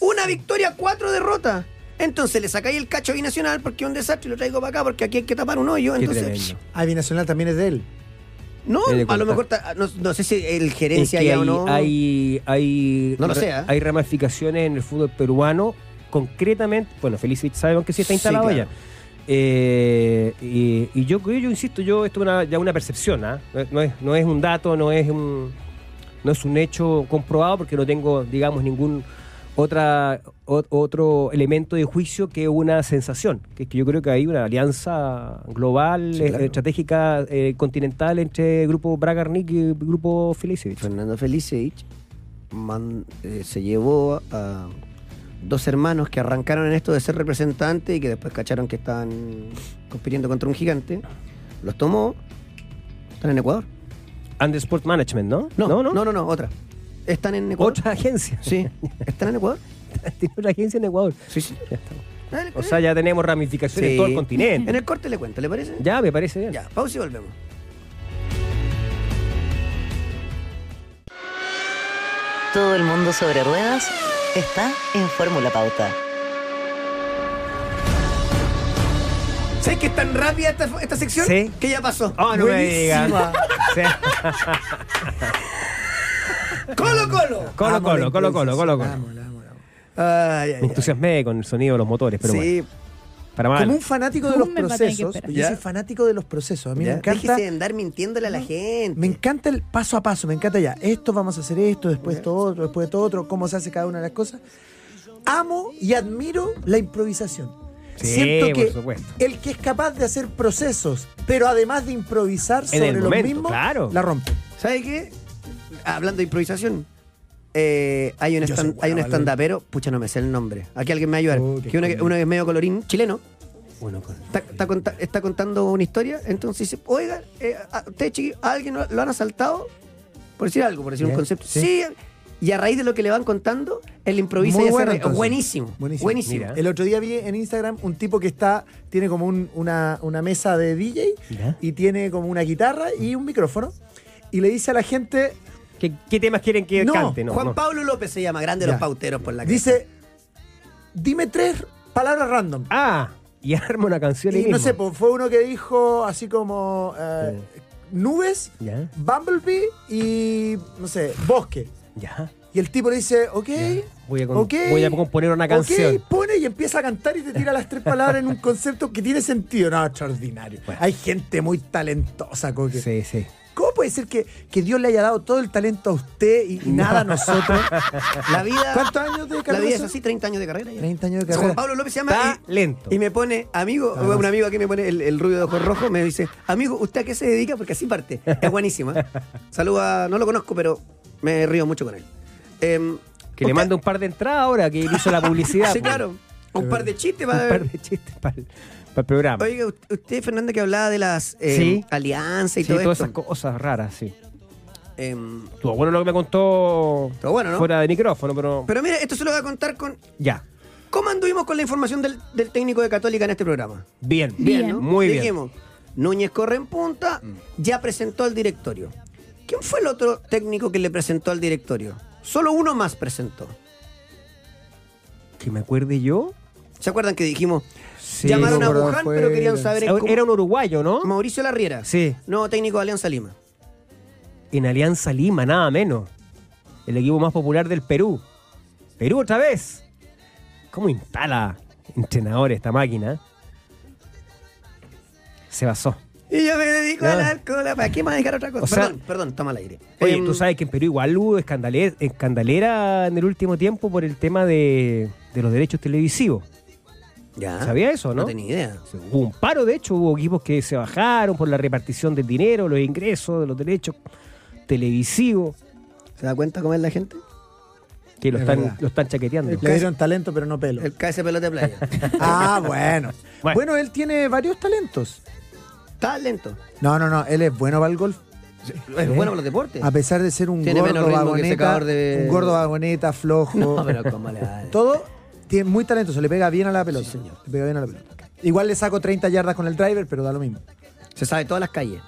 Una victoria, cuatro derrotas. Entonces le sacáis el cacho a Binacional porque es un desastre y lo traigo para acá porque aquí hay que tapar un hoyo. Qué Entonces, tremendo. Ah, Binacional también es de él. no, Tiene que a lo cortar. mejor, ta- no, no sé si el gerencia Es que ya hay, o no. hay, hay- No lo re- sé, ¿eh? hay ramificaciones en el fútbol peruano, concretamente, bueno, Felicity sabemos que sí está Sí, instalado claro. ya. Eh, y, y yo, yo insisto, yo esto es una, ya una percepción, ¿ah? no, es- no es, no es un dato, no es un, no es un hecho comprobado porque no tengo, digamos, ningún otra, o- otro elemento de juicio que una sensación, que es que yo creo que hay una alianza global, Sí, claro. eh, estratégica, eh, continental entre el grupo Bragarnik y el grupo Felicevich. Fernando Felicevich man- eh, se llevó a dos hermanos que arrancaron en esto de ser representantes y que después cacharon que estaban conspirando contra un gigante. Los tomó. Están en Ecuador. And the Sport Management, ¿no? No, no, no, no. no, otra. Están en Ecuador. Otra agencia. Sí. ¿Están en Ecuador? Tiene una agencia en Ecuador. Sí, sí. Ya estamos. Ah, en O el- sea, ya tenemos ramificaciones Sí. en todo el continente. En el corte le cuento, ¿le parece? Ya, me parece bien. Ya, pausa y volvemos. Todo el mundo sobre ruedas está en Fórmula Pauta. ¿Sabes que es tan rápida esta, esta sección? Sí. Que ya pasó. Ah, no me digas. Sí. ¡Colo, colo! Colo, Amo la colo, colo, colo, colo, colo. Amo, la amo, la amo. Ay, ay, Me ay. entusiasmé con el sonido de los motores, pero bueno. sí, Para mal. Como un fanático de Un los mes va a tener que procesos, esperar. yo Ya. soy fanático de los procesos. A mí ya. me encanta Déjese de andar mintiéndole a la gente. Me encanta el paso a paso, me encanta ya. Esto vamos a hacer esto, después todo otro, después todo otro, cómo se hace cada una de las cosas. Amo y admiro la improvisación. Sí, Siento por que supuesto. el que es capaz de hacer procesos, pero además de improvisar sobre el los momento, mismos, claro. la rompe. ¿Sabes qué? Hablando de improvisación, eh, hay un, Yo stand- soy hay un hueá, estandapero, pucha, no me sé el nombre. Aquí alguien me va a ayudar. Oh, qué que uno, que- escándalo. uno que es medio colorín, chileno, Bueno, con- está, está conta- está contando una historia, entonces dice, oiga, eh, a, ustedes, chiquillos, ¿a alguien lo, lo han asaltado? Por decir algo, por decir un Ya, concepto. Sí. sí. Y a raíz de lo que le van contando, él improvisa Muy y hace bueno, re- entonces. buenísimo. Buenísimo. Buenísimo. Mira. El otro día vi en Instagram un tipo que está, tiene como un- una, una mesa de DJ Mira. y tiene como una guitarra y un micrófono. Y le dice a la gente, ¿Qué, qué temas quieren que No, cante? No, Juan no. Pablo López se llama, grande los Ya. pauteros por la calle. dice, dime tres palabras random. Ah, y arma una canción ahí Y no mismo. sé, pues, fue uno que dijo así como eh, nubes, Ya, Bumblebee y no sé, bosque. ya. Y el tipo le dice, ok, Voy a, con- ok, voy a componer una ok", canción. pone y empieza a cantar y te tira las tres palabras en un concepto que tiene sentido. No, extraordinario. Hay gente muy talentosa, Coque. Sí, sí. ¿Cómo puede ser que, que Dios le haya dado todo el talento a usted y, y nada a nosotros? La vida, ¿Cuántos años de la carrera vida es son? así, 30 años de carrera. ya. 30 años de Juan carrera. Pablo López se llama... Está Ah, y- lento. Y me pone, amigo, Claro. un amigo aquí me pone el, el rubio de ojos rojos, me dice, amigo, ¿usted a qué se dedica? Porque así parte. Es buenísima. Saluda, no lo conozco, pero me río mucho con él. Em, Que le usted- manda un par de entradas ahora que él hizo la publicidad. Sí, pues. claro. Un par de chistes Un para par de chistes para el, para el programa. Oiga, u- usted, Fernanda, que hablaba de las em, Sí. alianzas y sí, todo todas esto. esas cosas raras, sí. Em, Tu abuelo lo que me contó Estuvo bueno, ¿no? fuera de micrófono, pero, pero mira, esto se lo voy a contar con... ya. ¿Cómo anduvimos con la información del, del técnico de Católica en este programa? Bien, Bien. ¿no? Muy bien. Dijimos, Núñez corre en punta, ya presentó al directorio. ¿Quién fue el otro técnico que le presentó al directorio? Solo uno más presentó. Que me acuerde yo. ¿Se acuerdan que dijimos? Sí. llamaron a no, Buján, fue- pero querían saber Era cómo- era un uruguayo, ¿no? Mauricio Larriera. Sí. Nuevo técnico de Alianza Lima. en Alianza Lima, nada menos. El equipo más popular del Perú. Perú otra vez. ¿Cómo instala entrenador esta máquina? Se basó. Y yo me dedico Ya. al alcohol. ¿Para qué me va a dedicar a otra cosa? O sea- perdón, perdón, está mal aire. Oye, Em, tú sabes que en Perú igual hubo escandale- escandalera en el último tiempo por el tema de, de los derechos televisivos. ya. ¿Sabía eso, no? Ah, No tenía idea. Hubo un paro, de hecho, hubo equipos que se bajaron por la repartición del dinero, los ingresos, de los derechos televisivos, ¿Se da cuenta cómo es la gente? que lo Es están, verdad. lo están chaqueteando. Le dieron talento, pero no pelo. El KS Pelota de Playa. Ah, bueno. Bueno. bueno. él tiene varios talentos. Está lento. ¿Eh? No, no, no. Él es bueno para el golf. Es bueno para los deportes. A pesar de ser un Tiene menos gordo ritmo que vagoneta. secador de- Un gordo vagoneta, flojo. No, pero cómo le va a- Todo tiene muy talentoso. Le pega bien a la pelota. Sí, señor. Le pega bien a la pelota. Igual le saco 30 yardas con el driver, pero da lo mismo. Se sabe todas las calles.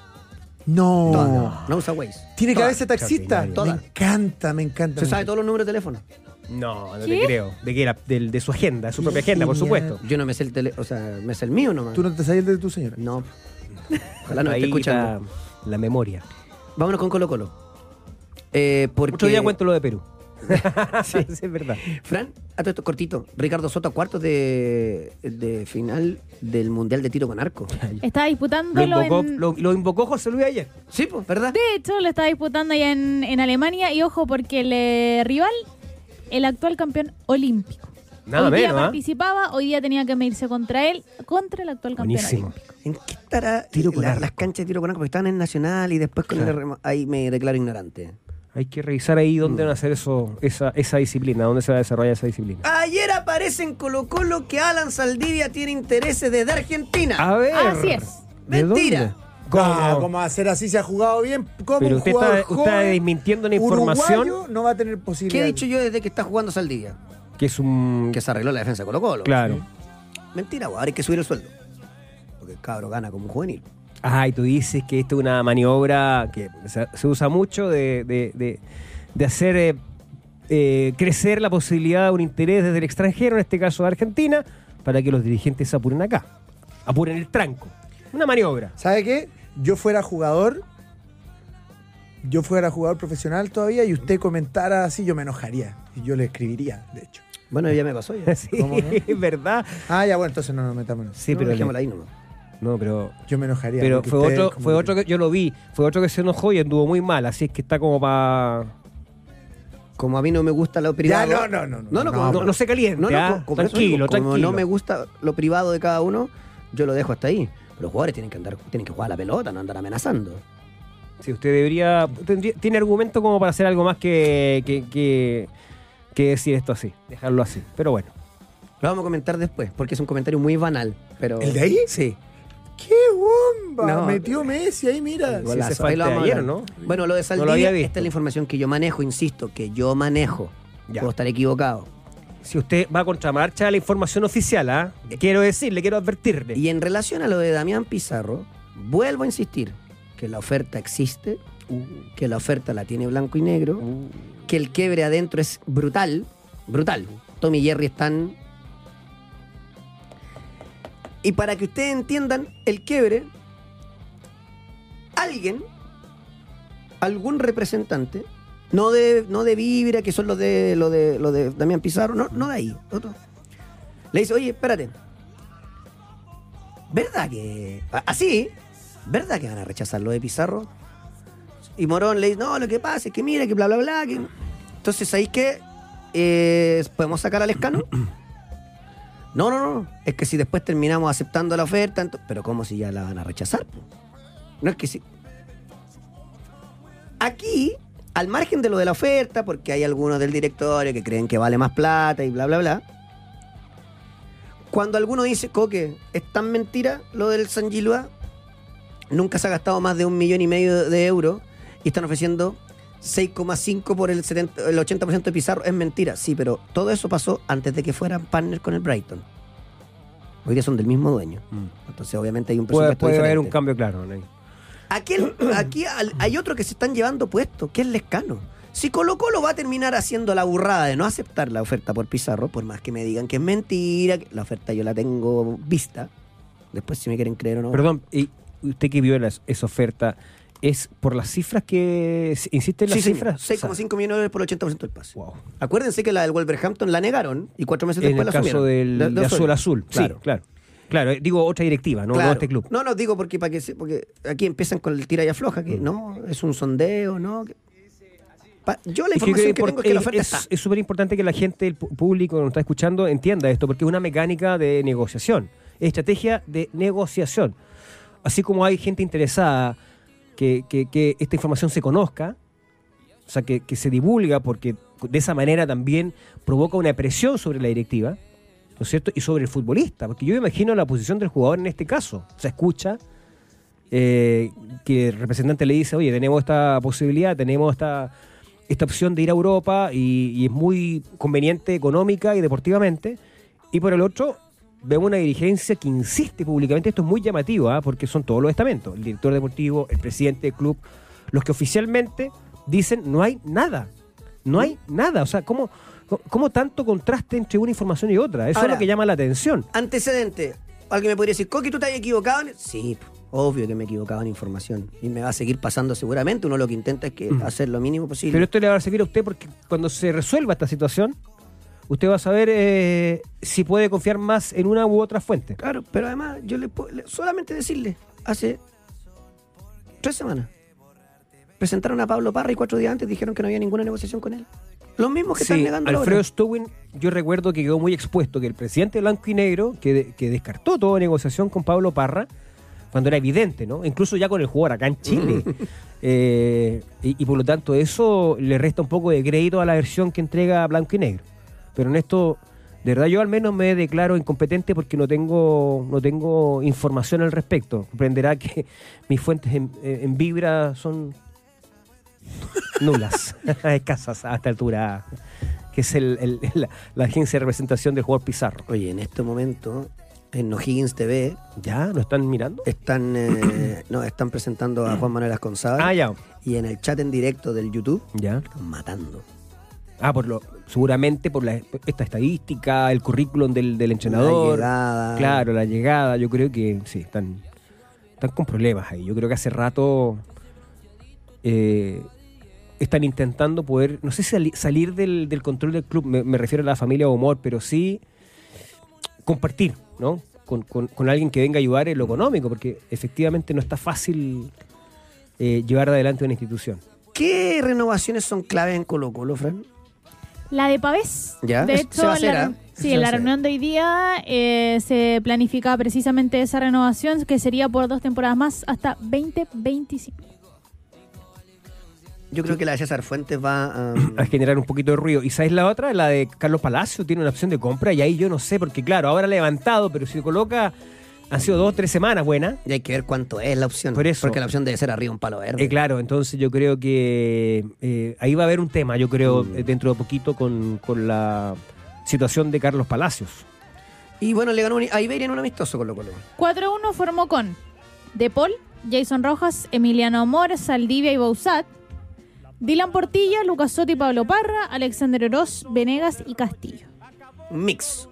No. Todas. No usa Waze. Tiene Todas. cabeza de taxista. Extraordinario. Todas. Me encanta, me encanta. Se me sabe encanta. todos los números de teléfono. No, no ¿Qué? te creo. De que era del- de su agenda, de su propia agenda, por Genial. supuesto. Yo no me sé el tele, o sea, me sé el mío nomás. Tú no te sabías el de tu señora. No. Ojalá no Ahí esté escuchando. está La memoria. Vámonos con Colo Colo. Eh, porque Otro día cuento lo de Perú. sí, sí, es verdad. Fran, a todo esto cortito. Ricardo Soto a cuartos de, de final del Mundial de Tiro con Arco. Está Lo disputándolo invocó, en... lo, lo invocó José Luis ayer. Sí, pues, ¿verdad? De hecho, lo está disputando allá en, en Alemania y ojo porque el eh, rival, el actual campeón olímpico. Nada hoy día menos, ¿ah? participaba, hoy día tenía que medirse contra él, contra el actual campeón Buenísimo. olímpico. ¿En qué estará Tiro con la- arco. las canchas de tiro con arco? Porque estaban en Nacional y después con Claro. el remo- Ahí me declaro ignorante. Hay que revisar ahí dónde van a hacer eso, esa, esa disciplina, dónde se va a desarrollar esa disciplina. Ayer aparece en Colo Colo que Alan Saldivia tiene intereses desde Argentina. A ver. Así ¿de es. Ah, Mentira. dónde? Ah, ¿Cómo? como hacer así se ha jugado bien. Como Pero un usted jugador está, usted está joven, desmintiendo una uruguayo, información no va a tener posibilidad. ¿Qué he dicho yo desde que está jugando Saldivia? que es un... Que se arregló la defensa de Colo Colo. Claro. Mentira, weón, ahora hay que subir el sueldo. Porque el cabro gana como un juvenil. Ah, y tú dices que esto es una maniobra que se, se usa mucho de, de- de- de hacer eh, eh, crecer la posibilidad de un interés desde el extranjero, en este caso de Argentina, para que los dirigentes se apuren acá, apuren el tranco. Una maniobra. ¿Sabe qué? Yo fuera jugador, yo fuera jugador profesional todavía y usted comentara así, yo me enojaría. Y yo le escribiría, de hecho. Bueno, ya me pasó ya. Sí, ¿Cómo no? es verdad. Ah, ya, bueno, entonces no nos metamos en eso. Sí, No, pero... dejémosla ahí nomás. No, pero... Yo me enojaría. Pero porque fue ustedes otro, como fue que- otro que yo lo vi, fue otro que se enojó y anduvo muy mal, así es que está como para... Como a mí no me gusta lo privado. Ya, no, no, no, No, no, no, como- No, no se caliente, No, no, ¿ah? co- como eso tranquilo, digo, como tranquilo. no me gusta lo privado de cada uno, yo lo dejo hasta ahí. Pero los jugadores tienen que andar, tienen que jugar a la pelota, no andar amenazando. Sí, usted debería. tendría- tiene argumento como para hacer algo más que, que, que- que decir esto así, dejarlo así. Pero bueno. Lo vamos a comentar después, porque es un comentario muy banal. Pero... ¿El de ahí? Sí. ¡Qué bomba! No. Metió Messi ahí, mira. Golazo. Golazo. fue Ahí lo antes vamos a de hablar. ayer, ¿no? Bueno, lo de lo Saldivia, había visto. esta es la información que yo manejo, insisto, que yo manejo. Ya. Puedo estar equivocado. Si usted va a contramarcha a la información oficial, ¿ah? Quiero decirle, quiero advertirle. Y en relación a lo de Damián Pizarro, vuelvo a insistir que la oferta existe, que la oferta la tiene blanco y negro, que el quiebre adentro es brutal, brutal. Tommy y Jerry están... Y para que ustedes entiendan el quiebre, alguien, algún representante, no de, no de Vibra, que son los de, los de, los de Damián Pizarro, no, no de ahí, otro, le dice, oye, espérate, ¿Verdad que.? a- Así, ¿verdad que van a rechazar lo de Pizarro? Y Morón le dice, no, lo que pasa es que mira, que bla, bla, bla. que no". Entonces, ahí que. ¿Podemos sacar al escano? No, no, no. Es que si después terminamos aceptando la oferta, ento- pero ¿cómo si ya la van a rechazar? po? No es que sí. Aquí, al margen de lo de la oferta, porque hay algunos del directorio que creen que vale más plata y bla, bla, bla. Cuando alguno dice, Coque, es tan mentira lo del San Gilua, nunca se ha gastado más de un millón y medio de euros y están ofreciendo 6,5 por el, 70 el 80% de Pizarro, es mentira. Sí, pero todo eso pasó antes de que fueran partner con el Brighton. Hoy día son del mismo dueño. Entonces, obviamente, hay un puede presupuesto puede haber diferente. un cambio claro. ¿no? Aquí, el- aquí al- hay otro que se están llevando puesto, que es Lescano. Si Colo Colo va a terminar haciendo la burrada de no aceptar la oferta por Pizarro, por más que me digan que es mentira, que la oferta yo la tengo vista, después si me quieren creer o no. Perdón, y usted que vio las- esa oferta, ¿es por las cifras que. ¿Insiste en las sí, señor. cifras? 6,5 millones de dólares por el 80% del pase. Wow. Acuérdense que la del Wolverhampton la negaron y cuatro meses En después el la caso asumieron. del De- de de azul Osorio. azul. Claro. Claro, claro. Claro, eh, digo otra directiva, no, No Claro. este club. No, no, digo porque, para que, se- porque aquí empiezan con el tira y afloja, Mm. que no, es un sondeo, no. que- Pa- yo la Es que creo información que, que tengo por- es que la es- oferta es- está. Es súper importante que la gente, el pu- público que nos está escuchando, entienda esto, porque es una mecánica de negociación, estrategia de negociación. Así como hay gente interesada que, que- que esta información se conozca, o sea, que, que se divulga, porque de esa manera también provoca una presión sobre la directiva, ¿no es cierto? Y sobre el futbolista, porque yo me imagino la posición del jugador en este caso. Se escucha eh, que el representante le dice, oye, tenemos esta posibilidad, tenemos esta, esta opción de ir a Europa y, y es muy conveniente económica y deportivamente. Y por el otro, vemos una dirigencia que insiste públicamente, esto es muy llamativo, ¿ah? porque son todos los estamentos, el director deportivo, el presidente del club, los que oficialmente dicen no hay nada, no hay nada. O sea, ¿cómo, cómo tanto contraste entre una información y otra? Eso Ahora, es lo que llama la atención. antecedente. Alguien me podría decir, Coqui, tú te has equivocado. Sí, po. Obvio que me equivocaba en información. Y me va a seguir pasando seguramente. Uno lo que intenta es que hacer lo mínimo posible. Mm. Pero esto le va a servir a usted porque cuando se resuelva esta situación, usted va a saber eh, si puede confiar más en una u otra fuente. Claro, pero además yo le puedo le- solamente decirle, hace tres semanas, presentaron a Pablo Parra y cuatro días antes dijeron que no había ninguna negociación con él. Los mismos que están Sí, negando ahora. Alfredo Stowin, yo recuerdo que quedó muy expuesto que el presidente blanco y negro, que, de- que descartó toda negociación con Pablo Parra, cuando era evidente, ¿no? Incluso ya con el jugador acá en Chile. Mm. Eh, y, y por lo tanto, eso le resta un poco de crédito a la versión que entrega blanco y negro. Pero en esto, de verdad, yo al menos me declaro incompetente porque no tengo, no tengo información al respecto. Comprenderá que mis fuentes en, en vibra son nulas, escasas a esta altura, que es el, el- la, la agencia de representación del jugador Pizarro. Oye, en este momento, en O'Higgins TV, ¿Ya? ¿Lo están mirando? están, eh, no, están presentando a Juan Manuel Asconzábal. Ah, ya. Y en el chat en directo del YouTube, Ya. están matando. Ah, por lo, seguramente por la, esta estadística, el currículum del, del La entrenador. llegada. Claro, la llegada. Yo creo que sí, están, están con problemas ahí. Yo creo que hace rato eh, están intentando poder, no sé si sali- salir del, del control del club, me, me refiero a la familia Humor, pero sí compartir, ¿no? Con, con- con alguien que venga a ayudar en lo económico, porque efectivamente no está fácil eh, llevar adelante una institución. ¿Qué renovaciones son claves en Colo Colo, Fran? La de Pavés. Ya, De es- se va a hecho, en la, hacer, reu- ¿ah? sí, Se en va a la hacer. reunión de hoy día eh, se planificaba precisamente esa renovación que sería por dos temporadas más hasta 2025. Yo creo que la de César Fuentes va um, a generar un poquito de ruido. ¿Y sabes la otra? La de Carlos Palacio tiene una opción de compra y ahí yo no sé, porque claro, ahora levantado, pero si lo coloca, han sido dos o tres semanas buenas. Y hay que ver cuánto es la opción. Por eso. Porque la opción debe ser arriba un palo verde. Eh, claro, entonces yo creo que eh, ahí va a haber un tema, yo creo, eh, dentro de poquito con, con la situación de Carlos Palacios. Y bueno, le ganó un- a Iberia en un amistoso Colo Colo. 4-1 formó con De Paul, Jason Rojas, Emiliano Amor, Saldivia y Bausat, Dylan Portilla, Lucas Soto y Pablo Parra, Alexander Oroz, Venegas y Castillo. Un Mix.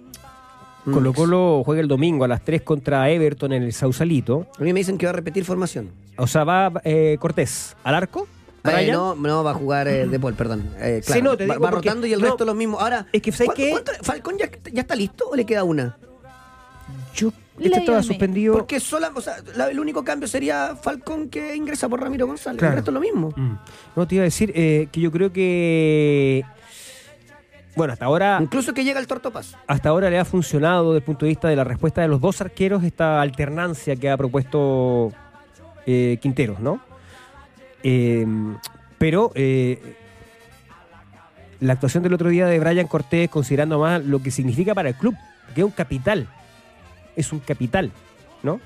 Un Colo mix. Colo juega el domingo a las 3 contra Everton en el Sausalito. A mí me dicen que va a repetir formación. O sea, va eh, Cortés al arco. Eh, Bryan. no, no, va a jugar eh, De Paul, perdón. Eh, Sí, claro. no, te va, digo va porque- rotando y el no. resto los mismos. Ahora, Es que, ¿sabes ¿cuánto- qué? cuánto- ¿Falcón ya, ya está listo o le queda una? Yo, Le este dio estaba el medio. suspendido. Porque sola, o sea, la- el único cambio sería Falcón que ingresa por Ramiro González. Claro. El resto es lo mismo. Mm. No, te iba a decir eh, que yo creo que. Bueno, hasta ahora, Incluso que llega el Tortopaz. hasta ahora le ha funcionado desde el punto de vista de la respuesta de los dos arqueros esta alternancia que ha propuesto eh, Quinteros, ¿no? Eh, pero eh, la actuación del otro día de Brian Cortés, considerando más lo que significa para el club, que es un capital, es un capital, ¿no?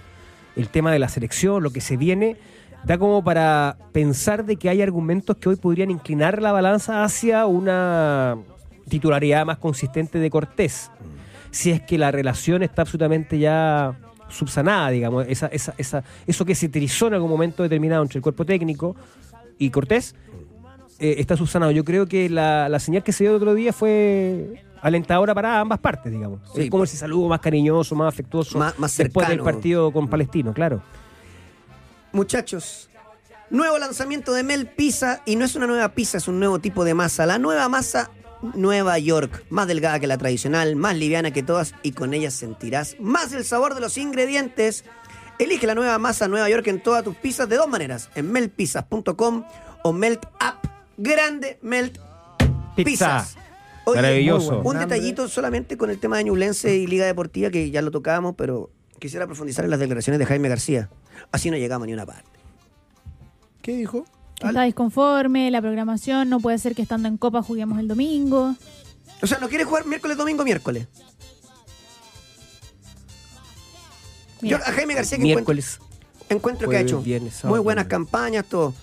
El tema de la selección, lo que se viene, da como para pensar de que hay argumentos que hoy podrían inclinar la balanza hacia una titularidad más consistente de Cortés. Si es que la relación está absolutamente ya subsanada, digamos, esa, esa- esa- eso que se trizó en algún momento determinado entre el cuerpo técnico y Cortés, eh, está subsanado. Yo creo que la, la señal que se dio el otro día fue alentadora para ambas partes, digamos. Sí, es como ese saludo más cariñoso, más afectuoso, Más- más después del cercano. Mm. partido con Palestino, claro. Muchachos, nuevo lanzamiento de Mel Pizza y no es una nueva pizza, es un nuevo tipo de masa. La nueva masa Nueva York, más delgada que la tradicional, más liviana que todas y con ella sentirás más el sabor de los ingredientes. Elige la nueva masa Nueva York en todas tus pizzas de dos maneras, en meltpizzas.com o Melt App. Grande Melt Pizzas. Oye, Maravilloso. muy bueno. Un Hambre. detallito solamente con el tema de Ñublense y Liga Deportiva, que ya lo tocábamos, pero quisiera profundizar en las declaraciones de Jaime García. Así no llegamos ni una parte. ¿Qué dijo? Que Está disconforme, la programación, no puede ser que estando en Copa juguemos el domingo. O sea, no quiere jugar miércoles, domingo, miércoles. Yo Mira. a Jaime García que encuentro, Miércoles. encuentro que ha jueves, hecho viernes, sábado, muy buenas domingo. campañas, todo.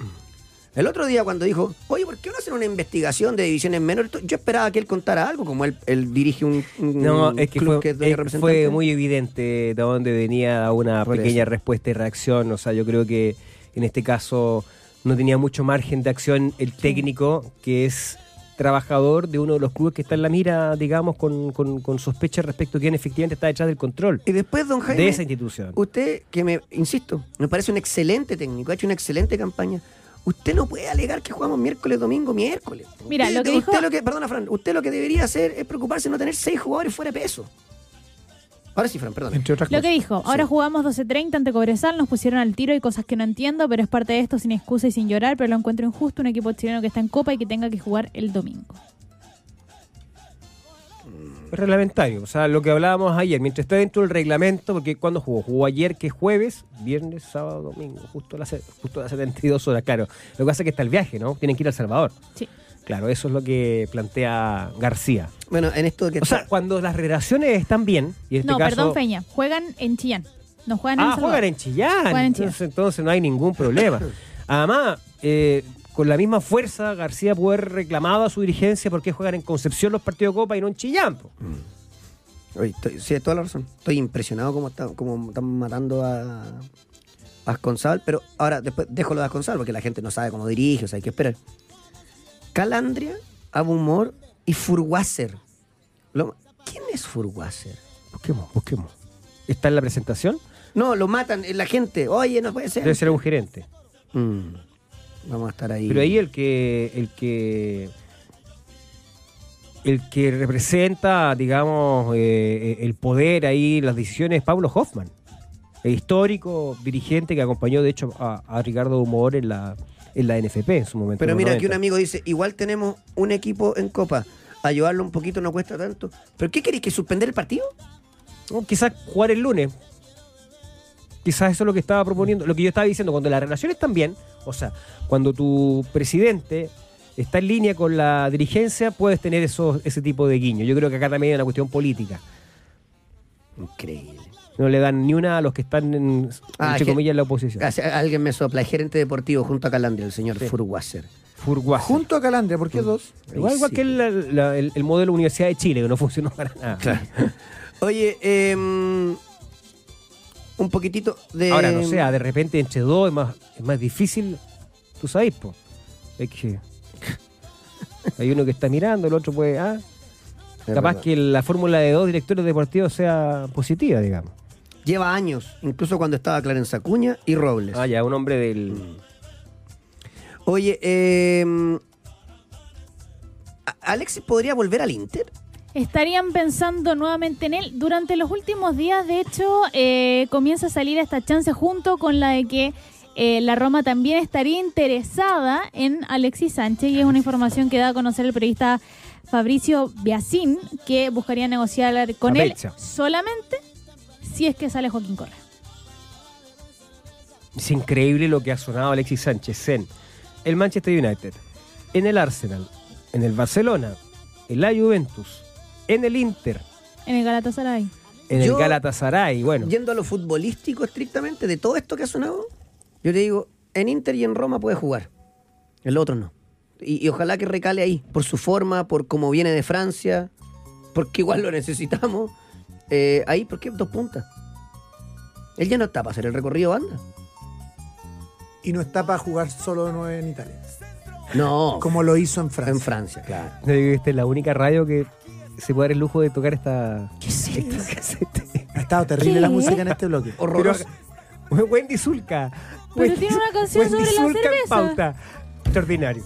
El otro día cuando dijo, oye, ¿por qué no hacen una investigación de divisiones menores? Yo esperaba que él contara algo, como él, él dirige un, un No, es que Mm, club fue, que es dueño eh, representante. fue muy evidente de dónde venía una Por pequeña eso. respuesta y reacción. O sea, yo creo que en este caso no tenía mucho margen de acción el técnico, que es trabajador de uno de los clubes que está en la mira, digamos, con, con, con sospecha respecto a quién efectivamente está detrás del control Y después, don Jaime, de esa institución. usted, que me, insisto, me parece un excelente técnico, ha hecho una excelente campaña. Usted no puede alegar que jugamos miércoles, domingo, miércoles. Mira, Usted- lo que usted dijo- lo que, perdona, Fran, usted lo que debería hacer es preocuparse de no tener seis jugadores fuera de peso. Ahora sí, Fran, perdón. Entre otras Lo cosas. que dijo, ahora Sí. jugamos 12.30 ante Cobresal, nos pusieron al tiro y cosas que no entiendo, pero es parte de esto sin excusa y sin llorar, pero lo encuentro injusto un equipo chileno que está en Copa y que tenga que jugar el domingo. Es reglamentario, o sea, lo que hablábamos ayer, mientras está dentro del reglamento, porque cuando jugó, jugó ayer que es jueves, viernes, sábado, domingo, justo a las, se- justo a las 72 horas, claro. Lo que hace que está el viaje, ¿no? Tienen que ir al Salvador. Sí. Claro, eso es lo que plantea García. Bueno, en esto que O sea, está- cuando las relaciones están bien, y en este no, caso... perdón, Peña, juegan en Chillán. No juegan en Ah, El Salvador. juegan en Chillán. Juegan en Chillán. entonces, entonces no hay ningún problema. Además, eh, con la misma fuerza, García puede haber reclamado a su dirigencia por qué juegan en Concepción los partidos de Copa y no en Chillán. po. Oye, estoy- sí, toda la razón. Estoy impresionado como está- como están matando a a Asconsal, pero ahora después dejo lo de Asconsal porque la gente no sabe cómo dirige, o sea, hay que esperar. Calandria, Abumor y Furwasser. Lo- ¿Quién es Furwasser? Busquemos, busquemos. ¿Está en la presentación? No, lo matan eh, la gente. Oye, no puede ser. Debe ser un gerente. Mm. Vamos a estar ahí. Pero ahí el que. el que. El que representa, digamos, eh, el poder ahí, las decisiones, es Pablo Hoffman. El histórico dirigente que acompañó, de hecho, a, a Ricardo Humor en la, en la NFP en su momento. Pero en los mira, aquí 90. un amigo dice, igual tenemos un equipo en Copa. Ayudarlo un poquito no cuesta tanto. ¿Pero qué queréis? ¿Que suspender el partido? No, quizás jugar el lunes. Quizás eso es lo que estaba proponiendo. Lo que yo estaba diciendo, cuando las relaciones están bien, o sea, cuando tu presidente está en línea con la dirigencia, puedes tener esos, ese tipo de guiño. Yo creo que acá también hay una cuestión política. Increíble. No le dan ni una a los que están, en, Ah, entre que- comillas, en la oposición. Ah, sí, Alguien me sopla, el gerente deportivo junto a Calandria, el señor Sí. Furwasser. Furguace. Junto a Calandria, ¿por qué dos? Igual, Ahí igual sí. que la- la- el, el modelo Universidad de Chile, que no funcionó para nada. Oye, em, un poquitito de... Ahora, no sea, de repente entre dos es más, es más difícil, tú sabes, po. Es que hay uno que está mirando, el otro puede... Ah, Es capaz verdad. que la fórmula de dos directores deportivos sea positiva, digamos. Lleva años, incluso cuando estaba Clarence Acuña y Robles. Ah, ya, un hombre del... Mm. Oye, em, ¿A- ¿Alexis podría volver al Inter? Estarían pensando nuevamente en él. Durante los últimos días, de hecho, eh, comienza a salir esta chance junto con la de que eh, la Roma también estaría interesada en Alexis Sánchez y es una información que da a conocer el periodista Fabricio Biasín que buscaría negociar con Fabrizio. él solamente si es que sale Joaquín Correa. Es increíble lo que ha sonado Alexis Sánchez en el Manchester United, en el Arsenal, en el Barcelona, en la Juventus, en el Inter, En el Galatasaray. en Yo- el Galatasaray, bueno. Yendo a lo futbolístico estrictamente, de todo esto que ha sonado, yo le digo, en Inter y en Roma puede jugar, el otro no. Y, y ojalá que recale ahí, por su forma, por cómo viene de Francia, porque igual lo necesitamos. Eh, ahí, ¿por qué dos puntas? Él ya no está para hacer el recorrido banda. Y no está para jugar solo de nueve en Italia. No, Como lo hizo en en Francia. Francia, claro. Yo digo que Esta es la única radio que se puede dar el lujo de tocar esta... ¿Qué es esto? Ha estado terrible ¿Qué? la música en este bloque. Horroroso. Pero- Wendy Zulka. Pero tiene una canción Wendy sobre la Zulka en cerveza. pauta. Extraordinario.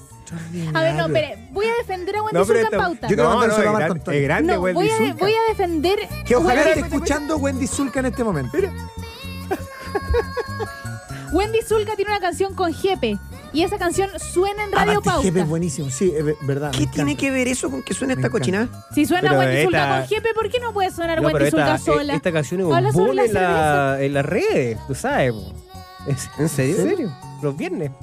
A ver, no, espere, voy a defender a Wendy Zulka en esto- pauta. Yo te voy a mandar un es, saludo a gran- Marco Antonio. es grande No, Wendy voy a, Zulka. voy a defender. Que ojalá Wendy- esté escuchando Wendy Zulka en este momento. Wendy Zulka tiene una canción con Jepe y esa canción suena en Radio Aparte, Ah, este Jepe es Pauta. buenísimo, sí, es ve- verdad. me ¿Qué tiene encanta. que ver eso con que suena Me esta encanta. cochinada? Si suena Pero Wendy Zulka esta- con Jepe, ¿por qué no puede sonar No, pero Wendy Zulka esta, sola? esta canción es Habla un sobre boom la en, la- en las redes, tú sabes. po. Es- ¿En serio? ¿En serio? Los viernes.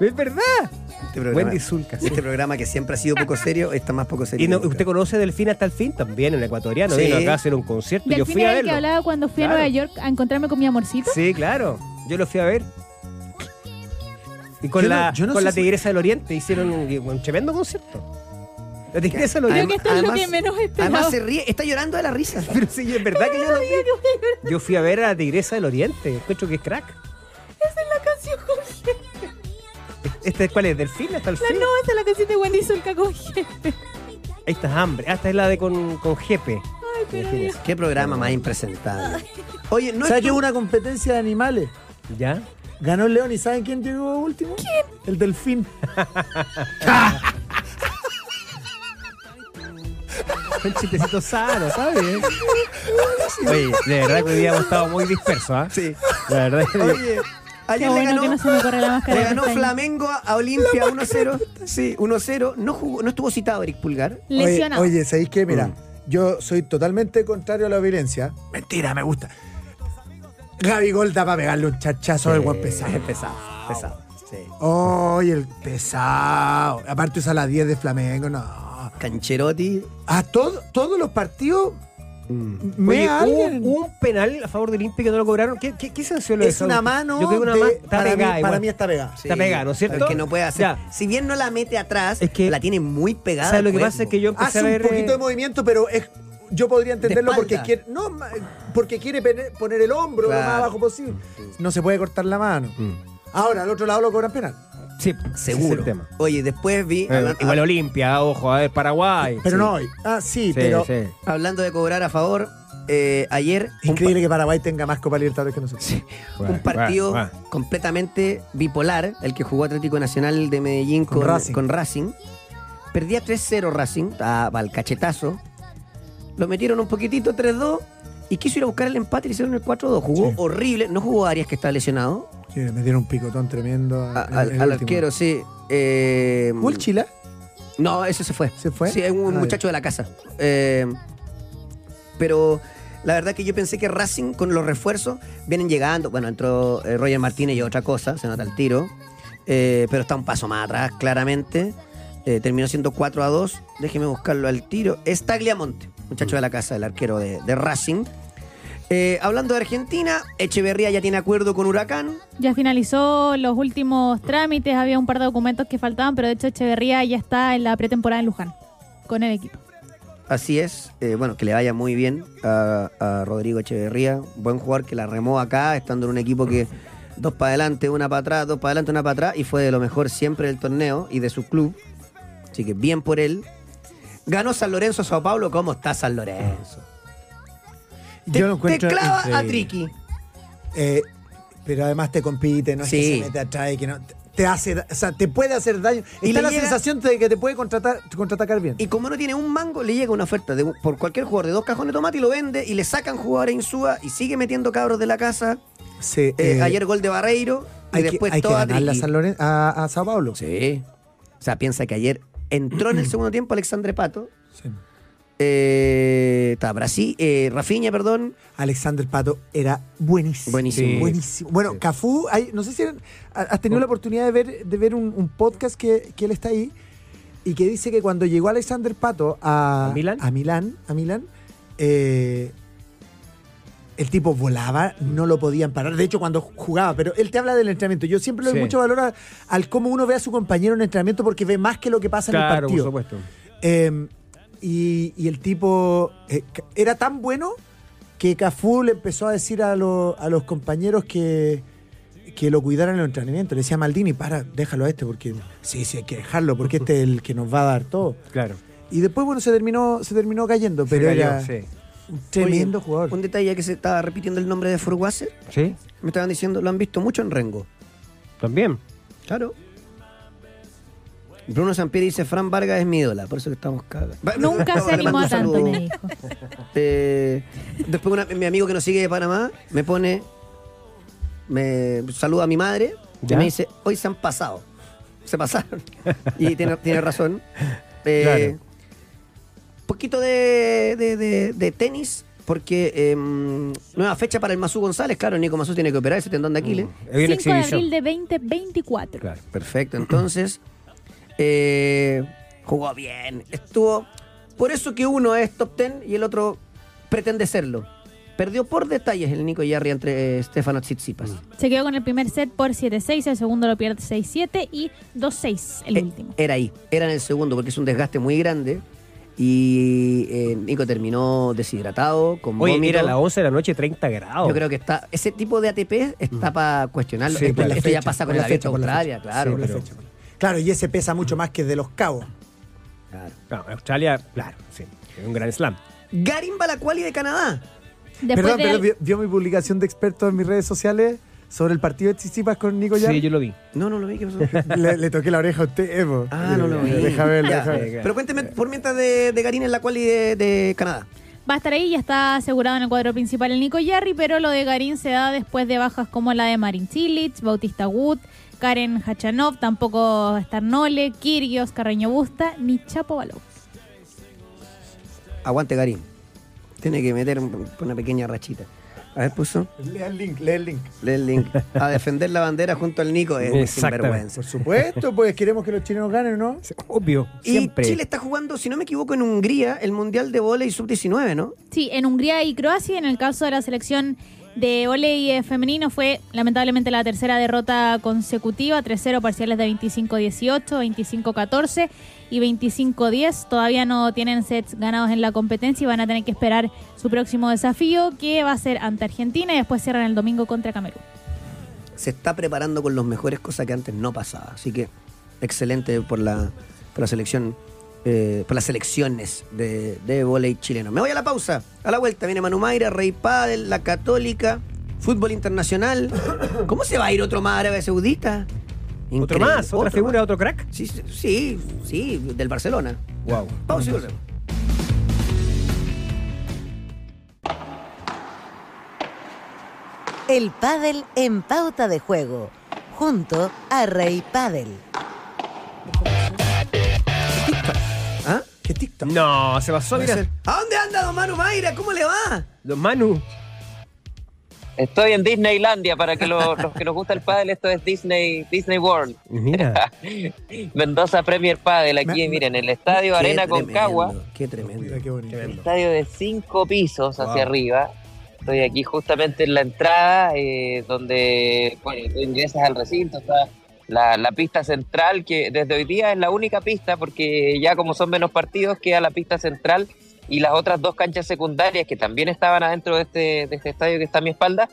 es verdad. Este programa, Wendy Zulka. Este programa que siempre ha sido poco serio, está más poco serio. Y no- que nunca. usted conoce Delfín hasta el fin también, en ecuatoriano. Sí. Vino acá a hacer un concierto. y Del Yo fin fui a era el que verlo. hablaba cuando fui a Claro. Nueva York a encontrarme con mi amorcito. Sí, claro. Yo lo fui a ver. Y con Yo no- la, yo no con sé la si- Tigresa del Oriente hicieron un, un tremendo concierto. La Tigresa del Creo Oriente. que esto es lo Además- que menos esperaba. Además se ríe, está llorando de la risa. Pero sí, es verdad que yo lo vi. Yo fui a ver a la Tigresa del Oriente. Encuentro que es crack. Esa es la canción con Jepe. Es ¿Este cuál es? ¿Delfín hasta el No, fin? no, esa es la canción de Wendy Zulka con jefe. Ahí está hambre. Ah, esta es la de con, con Jepe. Ay, pero Imagínense. Qué programa más impresentable. Oye, no ¿Sabes es que que hubo una competencia de animales? ¿Ya? Ganó el león y ¿saben quién llegó último? El delfín. Un chistecito sano, ¿sabes? Oye, de verdad que hoy día hemos estado muy dispersos, ¿ah? Sí. La verdad que Oye, Qué ayer le bueno que ganó, no se me corre la máscara. le de ganó pestaña. Flamengo a- a Olimpia 1-0. Sí, 1-0. No, jugó- no estuvo citado Eric Pulgar. Oye, Lesionado. Oye, ¿sabéis qué? Mira, yo soy totalmente contrario a la violencia. Mentira, me gusta. Gabigol da para pegarle un chachazo al buen pesado. pesado, pesado. Sí. Oye, el pesado. Aparte usa la 10 de Flamengo, no. Cancherotti. A todo, todos los partidos me Oye, a hubo alguien. un penal a favor de Olimpia que no lo cobraron. ¿Qué, qué, qué sanción lo de es una Saúl? mano. Yo creo que una de- mano está para, pegada mí, igual. para mí está pegada. Está pegada, ¿no es cierto? Que no puede hacer. Ya. Si bien no la mete atrás, Es que- la tiene muy pegada. ¿Sabes al lo que cuerpo. pasa? Es que yo empecé Hace a ver... un poquito eh, de movimiento, pero es, yo podría entenderlo porque espalda. quiere, no, ma- porque quiere pene- poner el hombro lo Claro. más abajo posible. No se puede cortar la mano. Mm. Ahora, al otro lado lo cobran penal. Sí, Seguro. ese es el tema. Oye, después vi. Eh, habla- igual Olimpia, ojo, es Paraguay. Pero Sí. no hoy. Ah, sí, Sí, pero sí. hablando de cobrar a favor, eh, ayer. un pa- increíble que Paraguay tenga más Copa Libertadores que nosotros. Bueno, un partido bueno, bueno. completamente bipolar, el que jugó Atlético Nacional de Medellín Con con, Racing. con Racing. Perdía 3-0 Racing, estaba al cachetazo. Lo metieron un poquitito, 3-2, y quiso ir a buscar el empate y le hicieron el 4-2. Jugó Sí. horrible, no jugó Arias, que está lesionado, Sí, me dieron un picotón tremendo a- al, al- al arquero, sí. Eh, Chile? no, ese se fue. ¿Se fue? Sí, es un Ah, muchacho de la casa. Eh, pero la verdad que yo pensé que Racing con los refuerzos vienen llegando. Bueno, entró eh, Roger Martínez y otra cosa, se nota el tiro. Eh, pero está un paso más atrás, claramente. Eh, terminó siendo 4 a 2. Déjeme buscarlo al tiro. Es Tagliamonte, muchacho de la casa, el arquero de, de Racing. Eh, hablando de Argentina, Echeverría ya tiene acuerdo con Huracán. Ya finalizó los últimos trámites, había un par de documentos que faltaban, pero de hecho Echeverría ya está en la pretemporada en Luján con el equipo. Así es, eh, bueno, que le vaya muy bien a, a Rodrigo Echeverría, buen jugador que la remó acá, estando en un equipo que dos para adelante, una para atrás, dos para adelante, una para atrás, y fue de lo mejor siempre del torneo y de su club. Así que bien por él. Ganó San Lorenzo a Sao Paulo, ¿cómo está San Lorenzo? Yo lo Te encuentro. clava a increíble. Triqui. Eh, pero además te compite, no es Sí. que se mete atrás y que no. Te hace, da- o sea, te puede hacer daño. Y Y le Está la llega- sensación de que te puede contratar, contraatacar bien. Y como no tiene un mango, le llega una oferta de un- por cualquier jugador de dos cajones de tomate y lo vende y le sacan jugadores insúa y sigue metiendo cabros de la casa. Sí, Eh, eh, ayer gol de Barreiro y hay después que, hay que todo a ganarle a, Triqui. San Loren- a, a Sao Paulo. Sí. O sea, piensa que ayer entró en el segundo tiempo Alexandre Pato. Sí. Eh, está Brasil, eh, Rafinha, perdón. Alexander Pato era buenísimo. Buenísimo. Sí. Oh. Buenísimo. Bueno, Cafú, hay- no sé si eran- ha- has tenido la oportunidad de ver, de ver un, un podcast que, que él está ahí y que dice que cuando llegó Alexander Pato a, ¿A Milán? a Milán, a Milán, eh, el tipo volaba, no lo podían parar. De hecho, cuando jugaba, pero él te habla del entrenamiento. Yo siempre le doy Sí. mucho valor a- al cómo uno ve a su compañero en entrenamiento porque ve más que lo que pasa en el Claro, por partido. supuesto. Eh, y, y el tipo eh, ca- era tan bueno que Cafú le empezó a decir a, lo- a los compañeros que, que lo cuidaran en el entrenamiento. Le decía Maldini, para, déjalo a este, porque sí, sí, hay que dejarlo, porque este es el que nos va a dar todo. Claro. Y después, bueno, se terminó, se terminó cayendo, pero Se cayó, era sí. un tremendo Oye, jugador. Un detalle ya que se estaba repitiendo el nombre de Furguaser. ¿Sí? Me estaban diciendo, lo han visto mucho en Rengo. También. Claro. Bruno Sampieri dice, Fran Vargas es mi ídola, por eso que estamos cagados. Nunca se animó a tanto, me dijo. Eh, después una- mi amigo que nos sigue de Panamá me pone, me saluda a mi madre y ¿Ya? me dice, hoy se han pasado. Se pasaron. y tiene, tiene razón. Eh, Claro. Poquito de, de- de- de tenis, porque em, nueva fecha para el Masú González. Claro, Nico Masú tiene que operar ese tendón de Aquiles. Hay una 5 de exhibición. abril de 2024. Mm. Claro. Perfecto, entonces eh, jugó bien, estuvo... Por eso que uno es top 10 y el otro pretende serlo. Perdió por detalles el Nico Yarri entre eh, Stefano Tsitsipas. Se quedó con el primer set por 7-6, el segundo lo pierde 6-7 y 2-6 el Eh, último. Era ahí, era en el segundo porque es un desgaste muy grande y eh, Nico terminó deshidratado, con Oye, vómito. mira, a las 11 de la noche, 30 grados. Yo creo que está ese tipo de ATP está para cuestionarlo. Sí, esto por la esto ya fecha, pasa Mm. con por pues, la el abierto fecha, de por la Australia, fecha. claro. Sí, Por la pero- fecha. Claro, y ese pesa mucho más que el de los cabos. Claro. Claro, Australia, claro, sí, es un gran slam. Garimba la quali de Canadá. Después Perdón, pero de, vio, vio mi publicación de expertos en mis redes sociales sobre el partido de Chichipas con Nico Yarra? Sí, yo lo vi. No, no lo vi. ¿qué pasó? le, le toqué la oreja a usted, Evo. Ah, no lo vi. Deja ver, Ya. deja ver. claro. Pero cuénteme por mientras de, de Garín en la quali de, de Canadá. va a estar ahí, ya está asegurado en el cuadro principal el Nico Yarri, pero lo de Garín se da después de bajas como la de Marin Cilic, Bautista Wood, Karen Hachanov, tampoco va a estar Nole, Kirgios, Carreño Busta, ni Chapo Balou. Aguante Garín. Tiene que meter un- una pequeña rachita. A ver, puso. Lea el link, lea el link. Lee el link. A defender la bandera junto al Nico es Exactamente. sinvergüenza. Por supuesto, pues queremos que los chilenos ganen, ¿no? Obvio, Y siempre. Chile está jugando, si no me equivoco, en Hungría el Mundial de Volei Sub-19, ¿no? Sí, en Hungría y Croacia, en el caso de la selección de volei eh, femenino, fue lamentablemente la tercera derrota consecutiva, 3-0 parciales de 25-18, 25-14 y 25-10. Todavía no tienen sets ganados en la competencia y van a tener que esperar su próximo desafío, que va a ser ante Argentina y después cierran el domingo contra Camerún. Se está preparando con los mejores cosas que antes no pasaba. Así que excelente por la, por la selección, eh, por las selecciones de, de volei chileno. Me voy a la pausa. A la vuelta viene Manu Mayra, Rey Padel, La Católica, Fútbol Internacional. ¿Cómo se va a ir otro más a Arabia Saudita? Otro Increíble. más, otra figura, más. otro crack. Sí, sí, sí, sí, del Barcelona. Wow. Pausa y volvemos. El pádel en pauta de juego. Junto a Rey Pádel. ¿Ah? Qué TikTok. No, se pasó, mira. ¿A dónde anda don Manu Mayra? ¿Cómo le va? Don Manu. Estoy en Disneylandia, para que lo- los que nos gusta el pádel, esto es Disney Disney World. Mira. Mendoza Premier Padel, Me- aquí, miren, el Estadio Qué Arena tremendo, Concagua, Qué tremendo. Mira qué bonito. estadio de cinco pisos Wow. hacia arriba. Estoy aquí justamente en la entrada, eh, donde bueno, tú ingresas al recinto, está la, la pista central, que desde hoy día es la única pista, porque ya como son menos partidos, queda la pista central y las otras dos canchas secundarias que también estaban adentro de este, de este estadio que está a mi espalda,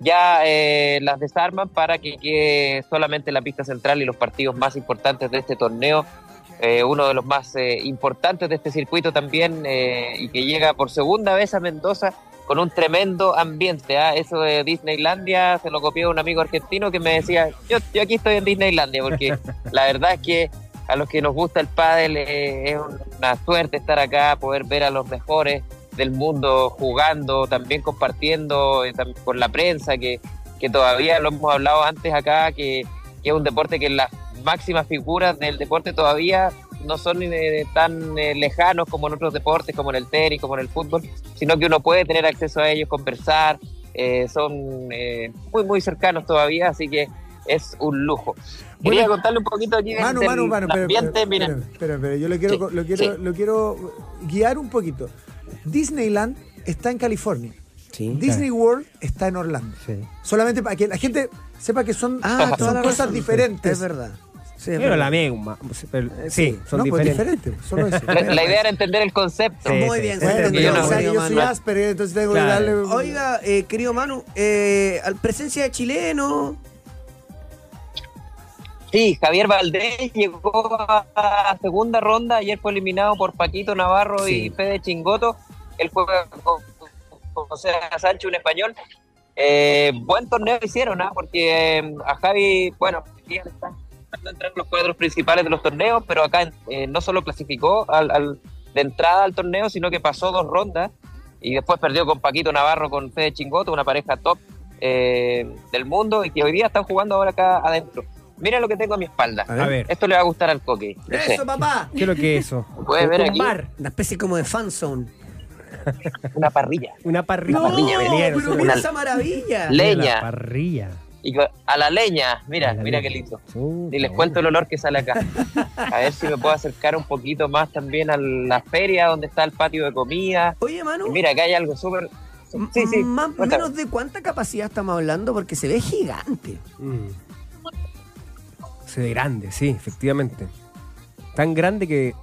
ya eh, las desarman para que quede solamente la pista central y los partidos más importantes de este torneo. eh, uno de los más eh, importantes de este circuito también eh, y que llega por segunda vez a Mendoza con un tremendo ambiente. ¿ah? Eso de Disneylandia se lo copió un amigo argentino que me decía, yo, yo aquí estoy en Disneylandia porque la verdad es que a los que nos gusta el pádel eh, es una suerte estar acá, poder ver a los mejores del mundo jugando, también compartiendo eh, tam- con la prensa, que, que todavía lo hemos hablado antes acá, que, que es un deporte que las máximas figuras del deporte todavía no son eh, tan eh, lejanos como en otros deportes, como en el tenis, como en el fútbol, sino que uno puede tener acceso a ellos, conversar, eh, son eh, muy, muy cercanos todavía, así que es un lujo. Quería Bueno, contarle un poquito aquí del- Mano, del mano, mano, pero, ambiente, miren. yo lo quiero, Sí, lo, quiero, sí. lo quiero guiar un poquito. Disneyland está en California. Sí. Disney World está en Orlando. Solamente para que la gente sepa que son, Ah, son todas las cosas diferentes. Es verdad. Sí, es Pero verdad. la misma. pero- Sí, son no, pues diferentes. diferentes. Solo eso. La, la idea era entender el concepto. Sí, Muy bien, se sí, sí. Bueno, entendió, pero no o sea, bueno, yo Manu. soy Asper, entonces tengo que Claro. darle. Oiga, eh, querido Manu, eh, al presencia de chileno. Sí, Javier Valdés llegó a segunda ronda. Ayer fue eliminado por Paquito Navarro Sí. y Fede Chingoto. Él fue con con José Sánchez, un español. Eh, buen torneo hicieron, ¿ah? porque eh, a Javi, bueno, ya está intentando entrar en los cuadros principales de los torneos, pero acá eh, no solo clasificó al, al- de entrada al torneo, sino que pasó dos rondas y después perdió con Paquito Navarro, con Fede Chingoto, una pareja top eh, del mundo y que hoy día están jugando ahora acá adentro. Mira lo que tengo a mi espalda. A ver, Esto le va a gustar al coque. yo sé. Eso, papá. ¿qué es lo que es eso? Puedes ver Un aquí bar, Una especie como de fan zone. una parrilla. una parrilla. No, Parrilla, venero, pero sí, mira una- esa maravilla. Le- la leña. Parrilla. Y co- a la leña. Mira, La mira leña. qué lindo. Chuta, Y les bueno. cuento el olor que sale acá. A ver si me puedo acercar un poquito más también a la feria donde está el patio de comida. Oye, Y Manu, mira, acá hay algo súper. Sí, sí. más o cuéntame. menos de cuánta capacidad estamos hablando porque se ve gigante. Mm. Se ve grande, sí, efectivamente. Tan grande que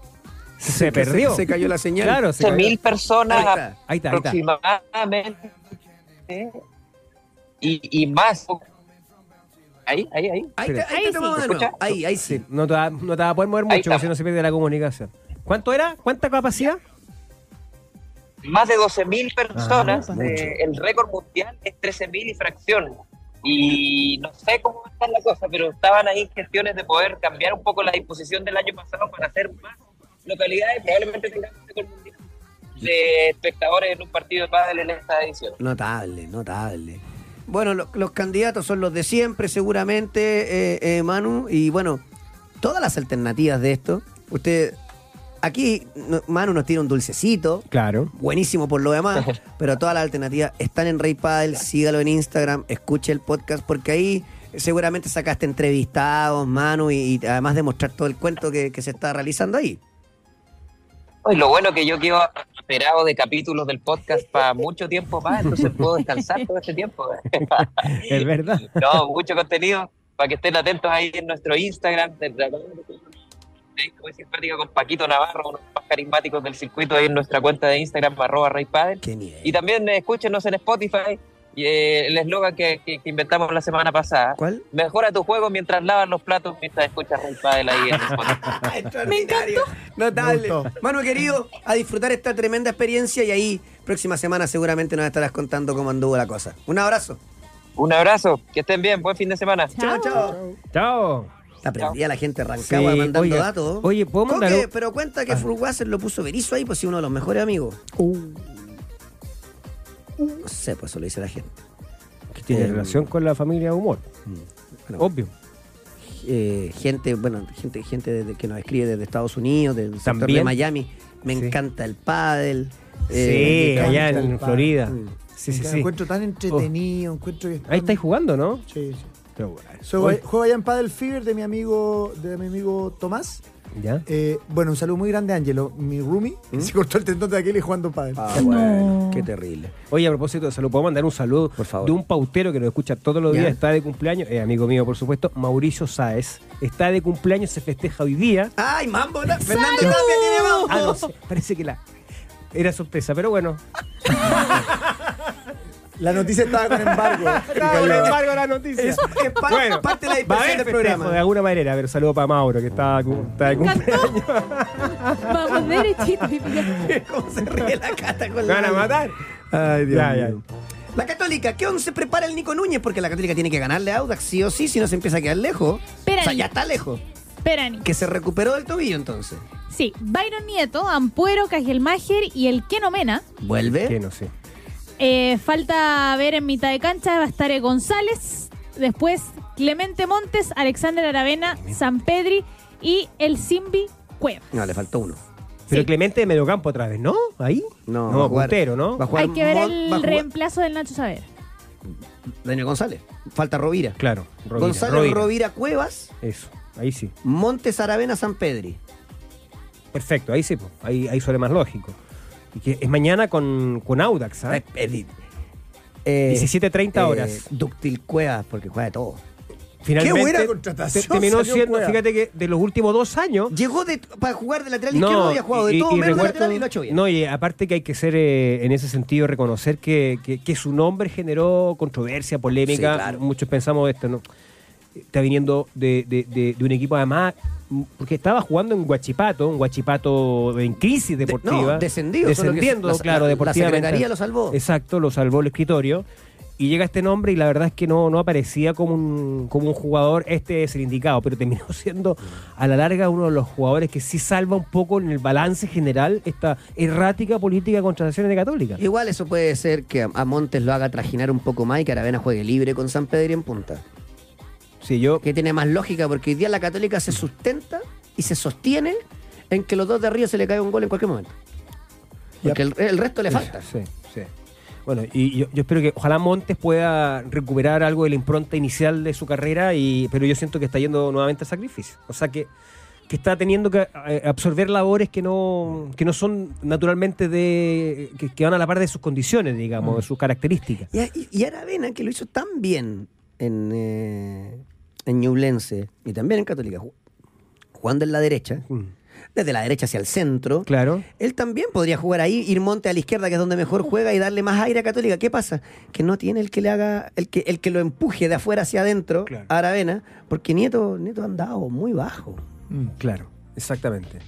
se, perdió. se cayó la señal. Claro, se cayó. 12.000 Ahí personas está. Ahí está, ahí está. aproximadamente y, y más Ahí, ahí, ahí. Ahí, te, ahí Ahí te sí. tomamos de ¿Me escucha? nuevo. Ahí, ahí sí. Sí, no te, va, no te va a poder mover Ahí mucho, porque si estamos. no se pierde la comunicación. ¿Cuánto era? ¿Cuánta capacidad? Más de 12.000 personas. Ah, eh, mucho. el récord mundial es 13.000 y fracción. Y no sé cómo va a estar la cosa, pero estaban ahí gestiones de poder cambiar un poco la disposición del año pasado para hacer más localidades. Probablemente tengamos un récord mundial de espectadores en un partido de pádel en esta edición. Notable, notable. Bueno, lo- los candidatos son los de siempre, seguramente, eh, eh, Manu. Y bueno, todas las alternativas de esto. Usted, aquí no- Manu nos tiene un dulcecito, Claro. buenísimo por lo demás, pero todas las alternativas están en Rey Padel. Sígalo en Instagram, escuche el podcast, porque ahí seguramente sacaste entrevistados, Manu, y, y además de mostrar todo el cuento que, que se está realizando ahí. Y lo bueno que yo quedo esperado de capítulos del podcast para mucho tiempo más, entonces puedo descansar todo este tiempo. Es verdad. No, mucho contenido para que estén atentos ahí en nuestro Instagram. de- de- Ahí, como es simpática con Paquito Navarro, uno de los más carismáticos del circuito, ahí en nuestra cuenta de Instagram, arroba Rey Padel. Qué nivel. Y también eh, escúchenos en Spotify y eh, el eslogan que, que- que inventamos la semana pasada. ¿Cuál? Mejora tu juego mientras lavas los platos, mientras escuchas Rey Padel ahí en Spotify. Me encantó. Notable. Me gustó. Manu, querido, a disfrutar esta tremenda experiencia y ahí, próxima semana, seguramente nos estarás contando cómo anduvo la cosa. Un abrazo. Un abrazo, que estén bien, buen fin de semana. Chao, Chao. chao. Chao. Está prendida la gente arrancaba Sí, mandando oiga. datos. Oye, ¿puedo mandar Coque, un- Ah. Pero cuenta que Fulwasser lo puso Berizo ahí, pues sí, uno de los mejores amigos. Uh. No sé, pues eso lo dice la gente. Que tiene Eh, relación con la familia Humor. Bueno, Obvio. eh, gente, bueno, gente, gente desde- que nos escribe desde Estados Unidos, del sector de También. Miami. Me Sí. encanta el pádel. eh, sí, allá encanta el en pa- Florida. Mm. Sí, sí, Me sí. encuentro tan entretenido, encuentro que Ahí están- estáis jugando, ¿no? Sí, sí. Pero bueno. So, Oye, juego allá en Paddle Fever de mi amigo, de mi amigo Tomás. ¿Ya? Eh, bueno, un saludo muy grande a Angelo, mi roomie, ¿Mm? que se cortó el tendón de Aquiles jugando pádel. Ah, bueno, qué terrible. Oye, a propósito de salud, ¿puedo mandar un saludo Por favor. de un pautero que nos escucha todos los Ya. días? Está de cumpleaños, eh, amigo mío, por supuesto, Mauricio Sáez. Está de cumpleaños, se festeja hoy día. ¡Ay, mambo! na- ¡Fernando Tapia tiene mambo! Ah, no sé, parece que la. Era sorpresa, pero bueno. La noticia estaba con embargo. Sin embargo, la noticia. Es- es par- parte de la dispersión va a haber del festejo programa. De alguna manera, pero saludo para Mauro, que está, cu- está de cumpleaños. Vamos derechito. y ya. ¿Cómo se ríe la cata con Me la van a matar. Ay, Dios ya, ya. mío. La Católica, ¿qué once prepara el Nico Núñez? Porque la Católica tiene que ganarle a Audax, sí o sí, si no se empieza a quedar lejos. Pero o sea, ahí- ya está lejos. Perani. Que se recuperó del tobillo entonces. Sí, Byron Nieto, Ampuero, Cajelmacher y el Keno Mena. Vuelve. Que no sé. Eh, falta ver en mitad de cancha, va a estar eh, González, después Clemente Montes, Alexander Aravena, San Pedri y el Simbi Cuevas. No, le faltó uno. Pero Sí. Clemente de mediocampo otra vez, ¿no? Ahí. No, va a no jugar- puntero, ¿no? va a jugar Hay que ver Mon- va a el jugar reemplazo del Nacho Saber. Daniel González. Falta Rovira. Claro. Rovira, Gonzalo Rovira. Rovira. Cuevas, Eso. Ahí sí. Montes Aravena San Pedri. Perfecto, ahí sí, po. ahí, ahí suele más lógico. Y que es mañana con, con Audax, ¿ah? Eh, eh, eh, 17.30 eh, horas. Dúctil Cuevas, porque juega de todo. Finalmente, buena contratación, te- Terminó salió siendo, Cueva. fíjate que de los últimos dos años. Llegó de- para jugar de lateral izquierdo y ha jugado de y- todo y menos de recuerdo- lateral y lo ha hecho bien. No, y aparte que hay que ser, eh, en ese sentido, reconocer que, que- que su nombre generó controversia, polémica. Sí, claro. Muchos pensamos esto, ¿no? Está viniendo de, de- de- de un equipo, además, mm, porque estaba jugando en Guachipato, un Guachipato en crisis De- deportiva. no, descendido, solo que Descendiendo, la- claro, la- la deportivamente. secretaría lo salvó. Exacto, lo salvó el escritorio. Y llega este nombre y la verdad es que no, no aparecía como un, como un jugador, este es el indicado, pero terminó siendo a la larga uno de los jugadores que sí salva un poco en el balance general esta errática política de contrataciones de Católica. Igual eso puede ser que a- a Montes lo haga trajinar un poco más y que Aravena juegue libre con San Pedro en punta. Sí, yo, Que tiene más lógica porque hoy día la Católica se sustenta y se sostiene en que los dos de arriba se le cae un gol en cualquier momento. Porque el, el resto le falta. Sí, sí. Bueno, y yo, yo espero que ojalá Montes pueda recuperar algo de la impronta inicial de su carrera, y, pero yo siento que está yendo nuevamente al sacrificio. O sea que, que está teniendo que eh, absorber labores que no, que no son naturalmente de. Que, que van a la par de sus condiciones, digamos, de sus características. Y, a- y- y Aravena, que lo hizo tan bien en, eh, en Ñublense y también en Católica, ju- jugando en la derecha, Mm. desde la derecha hacia el centro. Claro. Él también podría jugar ahí, ir monte a la izquierda, que es donde mejor juega, y darle más aire a Católica. ¿Qué pasa? Que no tiene el que le haga, el que, el que lo empuje de afuera hacia adentro Claro. a Aravena, porque Nieto, Nieto ha andado muy bajo. Mm, claro, exactamente.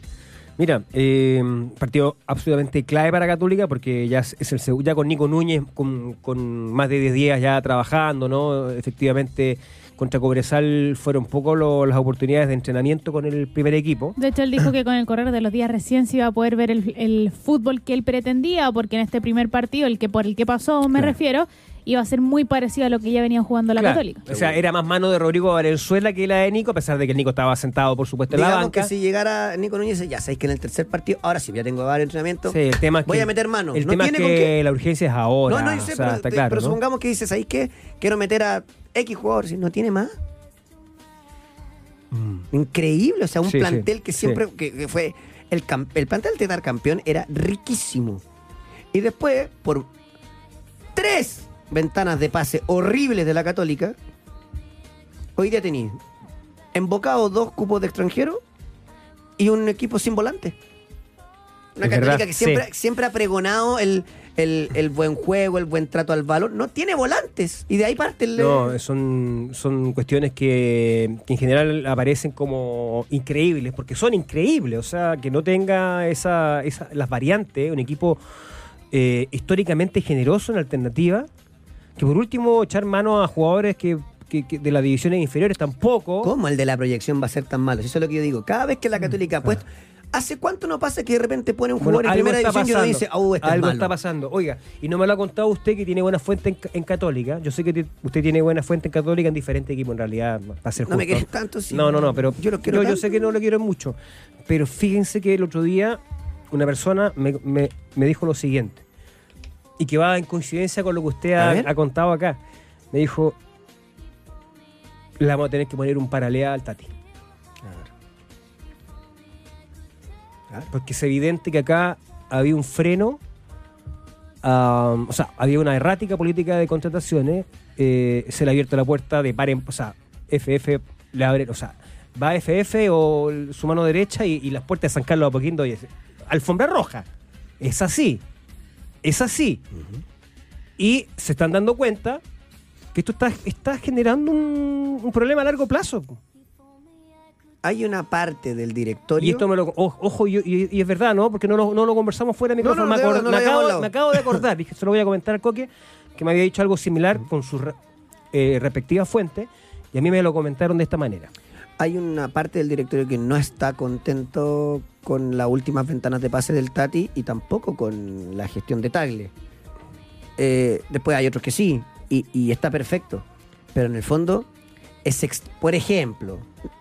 Mira, eh, partido absolutamente clave para Católica porque ya es es el seg- ya con Nico Núñez con, con más de 10 días ya trabajando, ¿no? Efectivamente, contra Cobresal fueron poco lo- las oportunidades de entrenamiento con el primer equipo. De hecho, él dijo que con el correr de los días recién se iba a poder ver el, el fútbol que él pretendía, porque en este primer partido, el que por el que pasó me Claro. refiero, iba a ser muy parecido a lo que ya venía jugando la Claro, Católica. O sea, era más mano de Rodrigo Valenzuela que la de Nico, a pesar de que el Nico estaba sentado, por supuesto, en la Digamos banca. que si llegara Nico Núñez, ya sabéis que en el tercer partido, ahora sí, ya tengo varios entrenamientos. Sí, el tema es Voy que- a meter mano. El No tema es tiene que con qué. la urgencia es ahora. no, no, yo o sé, sea, pero, está te- claro, pero ¿no? supongamos que dices, ¿sabéis qué? Quiero meter a X jugador, si no tiene más. Mm. Increíble, o sea, un Sí, sí, plantel que sí. siempre que, que fue el, cam- el plantel de dar campeón era riquísimo. Y después, por tres ventanas de pase horribles de la Católica, hoy día tenéis embocado dos cupos de extranjero y un equipo sin volante. Una Es Católica verdad, que siempre, sí. siempre ha pregonado el, el- el buen juego, el buen trato al valor. No tiene volantes. Y de ahí parte el. No, eh. son, son cuestiones que, que en general aparecen como increíbles, porque son increíbles. O sea, que no tenga esa, esa- las variantes, un equipo eh, históricamente generoso en alternativa, que por último echar mano a jugadores que, que- que de las divisiones inferiores tampoco. ¿Cómo el de la proyección va a ser tan malo? Eso es lo que yo digo. Cada vez que la Católica ha puesto. ¿Hace cuánto no pasa que de repente pone un Mm, ah. Bueno, jugador en primera división y uno dice, "Au, este es algo malo"? está pasando. Oiga, y no me lo ha contado usted que tiene buena fuente en, ca- en Católica. Yo sé que ti- usted tiene buena fuente en Católica en diferentes equipos, en realidad, para ser No me justo. querés tanto, sí. No, no, no, pero Yo lo quiero yo, tanto. sé que no lo quiero mucho. Pero fíjense que el otro día una persona me, me- me dijo lo siguiente, y que va en coincidencia con lo que usted A ha, ver. ha contado acá. Me dijo, le vamos a tener que poner un paralea al Tati. Porque es evidente que acá había un freno, am, o sea, había una errática política de contrataciones, eh, se le ha abierto la puerta de par en, o sea, FF le abre, o sea, va FF o el- su mano derecha y, y las puertas de San Carlos a Poquindo y es, alfombra roja. Es así, es así. Y se están dando cuenta que esto está, está generando un, un problema a largo plazo. po. Hay una parte del directorio. Y esto me lo. o- Ojo, y, y- y es verdad, ¿no? Porque no lo, no lo conversamos fuera de No, micrófono. no, me, no, acor- no lo me habíamos acabo, hablado. me acabo de acordar, dije, se lo voy a comentar al Coque, que me había dicho algo similar con sus re- eh, respectivas fuentes, y a mí me lo comentaron de esta manera. Hay una parte del directorio que no está contento con las últimas ventanas de pase del Tati y tampoco con la gestión de Tagle. Eh, después hay otros que sí, y, y está perfecto. Pero en el fondo, es ex- por ejemplo,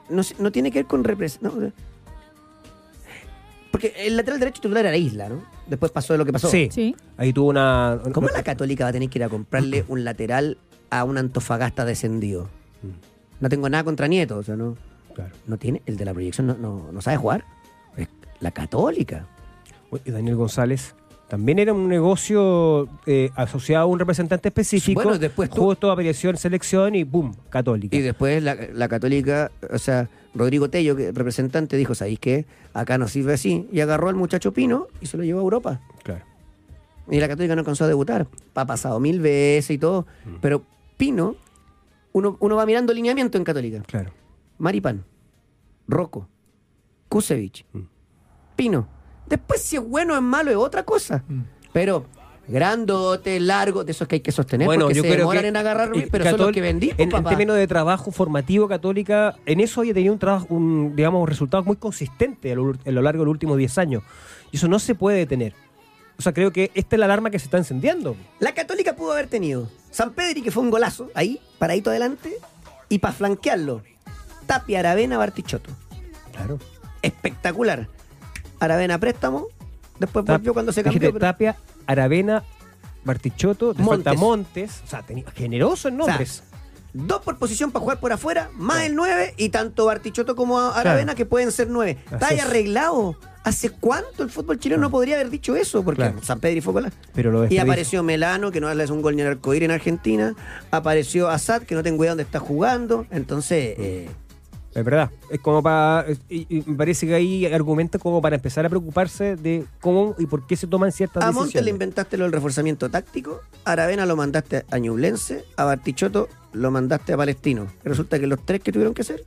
no, sé- no tiene que ver con representación. porque el lateral derecho titular era Isla, ¿no? Después pasó lo que pasó. Sí. Sí. Ahí tuvo una. ¿Cómo la Católica va a tener que ir a comprarle un lateral a un Antofagasta descendido? No tengo nada contra Nieto, o sea, no Claro. no tiene, el de la proyección no, no, no sabe jugar. Es la católica. Oye, Daniel González. También era un negocio eh, asociado a un representante específico. Bueno, después tú- Justo aparición, selección y boom, católica. Y después la, la católica, o sea, Rodrigo Tello, que representante, dijo, ¿sabéis qué? Acá no sirve así. Y agarró al muchacho Pino y se lo llevó a Europa. Claro. Y la católica no alcanzó a debutar. Ha pasado mil veces y todo. Pero Pino, uno, uno va mirando lineamiento en católica. Claro. Maripán, Rocco, Kusevich, Mm. Pino. Después si es bueno o es malo es otra cosa. Mm. Pero grandote, largo, de esos que hay que sostener porque se demoran en agarrar, eh, pero son los Catol- que vendí, po, En, en papá. términos de trabajo formativo católica, en eso haya tenido un trabajo, un, digamos, resultados muy consistente a lo, a lo largo de los últimos 10 años. Y eso no se puede detener. O sea, creo que esta es la alarma que se está encendiendo. La Católica pudo haber tenido San Pedri, que fue un golazo, ahí, paradito adelante, y para flanquearlo, Tapia, Aravena, Bartichotto. Claro. Espectacular. Aravena préstamo, después volvió cuando se cambió. pero- Tapia, Aravena, Bartichotto, te Montes. falta Montes. O sea, teni- generoso en O sea, nombres. Dos por posición para jugar por afuera, más el 9 y tanto Bartichotto como a- Aravena que pueden ser 9. Está ahí es. Mm. arreglado. ¿Hace cuánto el fútbol chileno no podría haber dicho eso? Porque Claro. Pues San Pedro y fue golazo. pero lo Y desperdicia. apareció Melano, que no le hace un gol ni al arcoíris en Argentina. Apareció Assad, que no tengo idea dónde está jugando. Entonces, eh, Es verdad. Es como para. y- y me parece que ahí argumenta como para empezar a preocuparse de cómo y por qué se toman ciertas A Monte le decisiones. inventaste lo del reforzamiento táctico, a Aravena lo mandaste a Ñublense, a Bartichotto lo mandaste a Palestino. Y Resulta que los tres que tuvieron que hacer,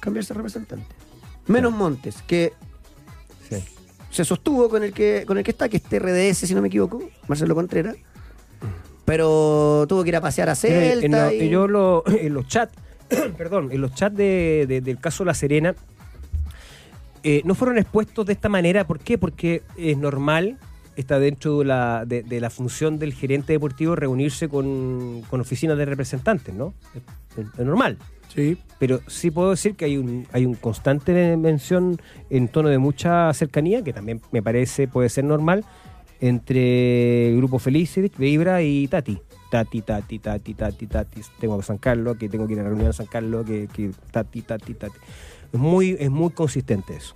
cambiarse de representante. Menos Montes, que Sí. se sostuvo con el que con el que está, que este RDS, si no me equivoco, Marcelo Contreras. Pero tuvo que ir a pasear a Mira, Eh, en- en Celta. la- y- yo lo- en los chats, perdón, en los chats de- de- del caso La Serena, eh, no fueron expuestos de esta manera. ¿Por qué? Porque es normal, está dentro de la, de, de la función del gerente deportivo reunirse con, con oficinas de representantes, ¿no? Es- es normal. Sí. pero sí puedo decir que hay un hay un constante mención en tono de mucha cercanía que también me parece puede ser normal entre el grupo Felicidad, Vibra y Tati. Tati, Tati, Tati, Tati, Tati. Tengo que San Carlos, que tengo que ir a la reunión de San Carlos, que, que Tati, Tati, Tati. Es muy, es muy consistente eso.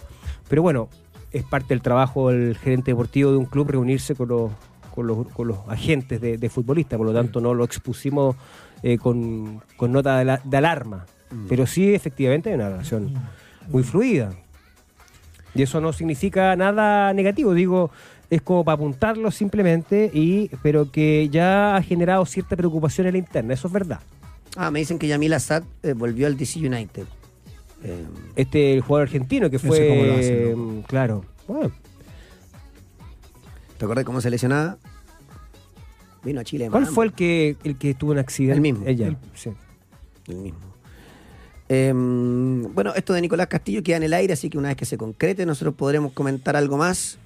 Pero bueno, es parte del trabajo del gerente deportivo de un club reunirse con los, con los, con los agentes de, de futbolistas, por lo tanto no lo expusimos eh, con, con nota de, ala- de alarma. Mm. Pero sí, efectivamente, hay una relación muy fluida. Y eso no significa nada negativo, digo, es como para apuntarlo simplemente, y, pero que ya ha generado cierta preocupación en la interna, eso es verdad. Ah, me dicen que Yamil Assad eh, volvió al DC United. Eh, Este el jugador argentino que Eso fue... cómo lo hacen, mm, Claro. Bueno, ¿Te acuerdas cómo se lesionaba? Vino a Chile. ¿Cuál mamá. fue el que, el que tuvo un accidente? El mismo. Ella, El- sí. El mismo. Em, bueno, esto de Nicolás Castillo queda en el aire, así que una vez que se concrete, nosotros podremos comentar algo más.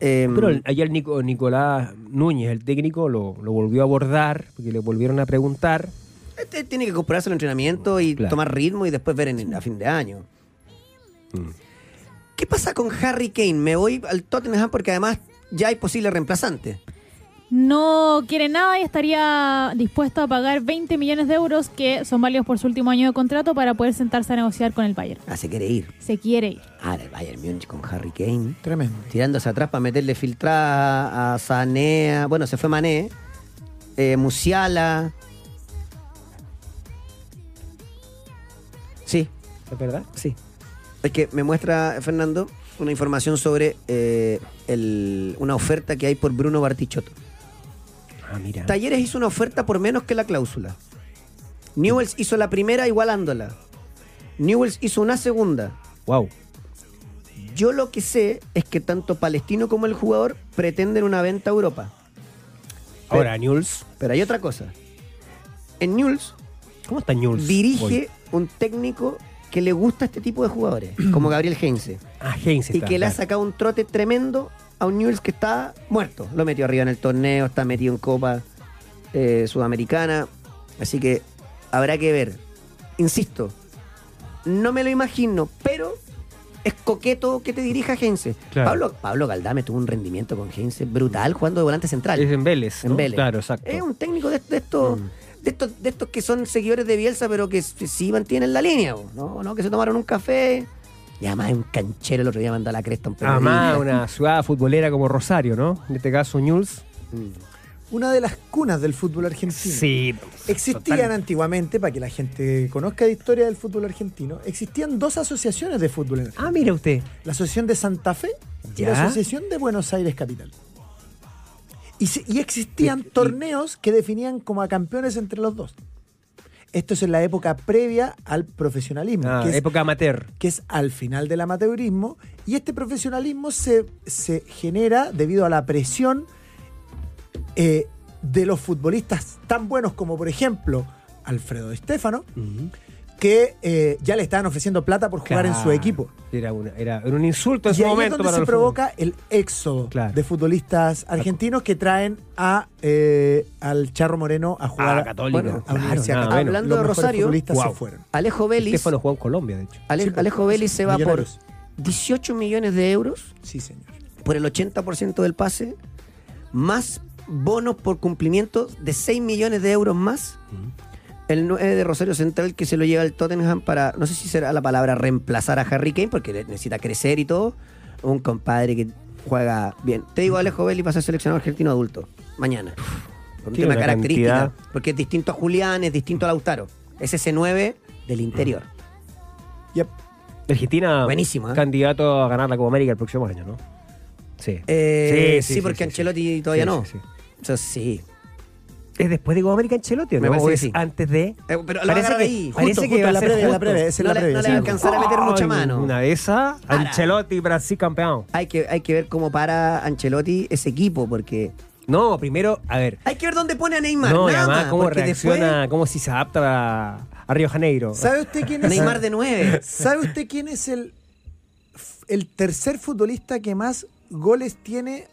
Em, Pero el- ayer Nico- Nicolás Núñez, el técnico, lo, lo volvió a abordar, porque le volvieron a preguntar. este tiene que comprarse el entrenamiento y Claro. tomar ritmo y después ver en, a fin de año. Mm. ¿Qué pasa con Harry Kane? Me voy al Tottenham porque además ya hay posible reemplazante. No quiere nada y estaría dispuesto a pagar 20 millones de euros que son válidos por su último año de contrato para poder sentarse a negociar con el Bayern. Ah, se quiere ir. Se quiere ir. Ah, el Bayern Múnich con Harry Kane. Tremendo. tirándose atrás para meterle filtrada a Sané, a- bueno, se fue Mané, eh, Musiala. Sí, ¿Es verdad? sí. Es que me muestra, Fernando, una información sobre eh, el- una oferta que hay por Bruno Bartichotto. Ah, mira. Talleres hizo una oferta por menos que la cláusula. Newells hizo la primera igualándola. Newells hizo una segunda. Wow. Yo lo que sé es que tanto Palestino como el jugador pretenden una venta a Europa. Ahora, Newell's. Pero hay otra cosa. En Newell's ¿Cómo está Newell's? dirige hoy? un técnico que le gusta este tipo de jugadores, como Gabriel Heinze, Ah, Heinz y está, que le ha claro. sacado un trote tremendo a un Newell's que está muerto. Lo metió arriba en el torneo, está metido en Copa eh, Sudamericana, así que habrá que ver. Insisto, no me lo imagino, pero es coqueto que te dirija Heinze. Claro. Pablo, Pablo Galdame tuvo un rendimiento con Heinze brutal jugando de volante central. Es en Vélez. En ¿no? Vélez. Claro, exacto. Mm. Es un técnico de, de estos, Ah, de estos de estos que son seguidores de Bielsa, pero que s- sí mantienen la línea, po, ¿no? ¿no? Que se tomaron un café. Y además es un canchero el otro día mandó a la cresta un periodista. Además, Ah, una ciudad futbolera como Rosario, ¿no? En este caso, Newell's. Una de las cunas del fútbol argentino. Existían Total. antiguamente, para que la gente conozca la historia del fútbol argentino, existían dos asociaciones de fútbol en Argentina. Ah, mira usted. La Asociación de Santa Fe y Ya. la Asociación de Buenos Aires Capital. Y, se- y existían torneos que definían como a campeones entre los dos. Esto es en la época previa al profesionalismo, Ah, que, es, época amateur. que es al final del amateurismo. Y este profesionalismo se, se genera debido a la presión eh, de los futbolistas tan buenos como, por ejemplo, Alfredo Di Stéfano, que eh, ya le estaban ofreciendo plata por jugar en su Claro. equipo Era, una- era, era un insulto en y su ahí momento. es donde para se los futbolistas. provoca el éxodo Claro. de futbolistas argentinos que traen a eh, al Charro Moreno a jugar Ah, Católica. a Claro, Universidad nada Católica. menos. Hablando Los de mejores Rosario, futbolistas se guau. fueron. Alejo Vélez, Estefano jugó en Colombia, de hecho. Ale- Sí, pues, Alejo Vélez se va por Millonarios. 18 millones de euros, Sí, señor. por el 80% del pase, más bonos por cumplimiento de 6 millones de euros más. El 9 de Rosario Central que se lo lleva el Tottenham para, no sé si será la palabra reemplazar a Harry Kane, porque necesita crecer y todo. Un compadre que juega bien. Te digo, Alejo Belli va a ser seleccionado argentino adulto mañana. Por un Tiene tema una característica. cantidad. Porque es distinto a Julián, es distinto a Lautaro. Es ese 9 del interior. Yep. Argentina, Buenísimo, ¿eh? candidato a ganar la Copa América el próximo año, ¿no? Sí. Eh, sí, porque Ancelotti todavía Sí, no. sí, sí. O sea, sí. Eh, ¿Es después de Copa América Ancelotti? ¿o Me ¿no? parece ¿O que es sí. antes de...? Eh, pero la va a parece agarrar que, ahí. parece Justo, que justo, va la a ser previa, la justo. previa, es en No la le- previa. no le sí. va a alcanzar a meter mucha mano. Una de esas, Ahora. Ancelotti, Brasil campeón. Hay que, hay que ver cómo para Ancelotti ese equipo, porque. No, primero, a ver. Hay que ver dónde pone a Neymar. No, y nada además más, cómo porque reacciona, cómo si se adapta a, a Río Janeiro. ¿Sabe usted quién es? después, Neymar de nueve. ¿Sabe usted quién es el, el tercer futbolista que más goles tiene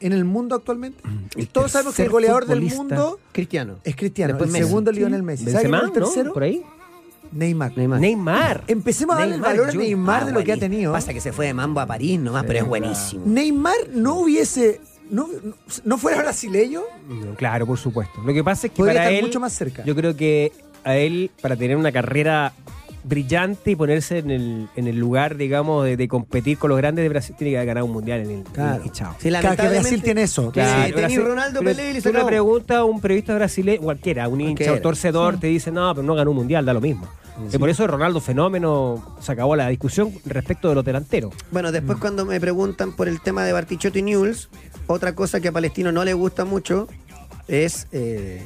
en el mundo actualmente? el Todos sabemos que el tercer goleador del futbolista. mundo Cristiano. es Cristiano. Después el Messi. segundo, Lionel Messi. ¿Sabe quién Benzema, es el tercero? ¿no? Por ahí. Neymar. Neymar. Neymar. Empecemos a darle el valor a Jun- Neymar Ah, de lo que ha buenísimo. tenido. Pasa que se fue de mambo a París nomás, pero es buenísimo. Neymar no hubiese. No, no fuera brasileño, No, claro, por supuesto. Lo que pasa es que podría para estar él, mucho más cerca. yo creo que a él, para tener una carrera brillante y ponerse en el, en el lugar, digamos, de, de competir con los grandes de Brasil, tiene que haber ganado un mundial en el Claro. y chao. Sí, Claro, que lamentablemente- Brasil tiene eso. Claro. Sí. tenía Ronaldo, pero Pelé y le Tú le sacaba. preguntas a un periodista brasileño, cualquiera, un hincha, Cualquiera. un torcedor, te dice, no, pero no ganó un mundial, da lo mismo. Y por eso Ronaldo Fenómeno se acabó la discusión respecto de los delanteros. Bueno, después cuando me preguntan por el tema de Bartichotto y News, otra cosa que a Palestino no le gusta mucho es eh,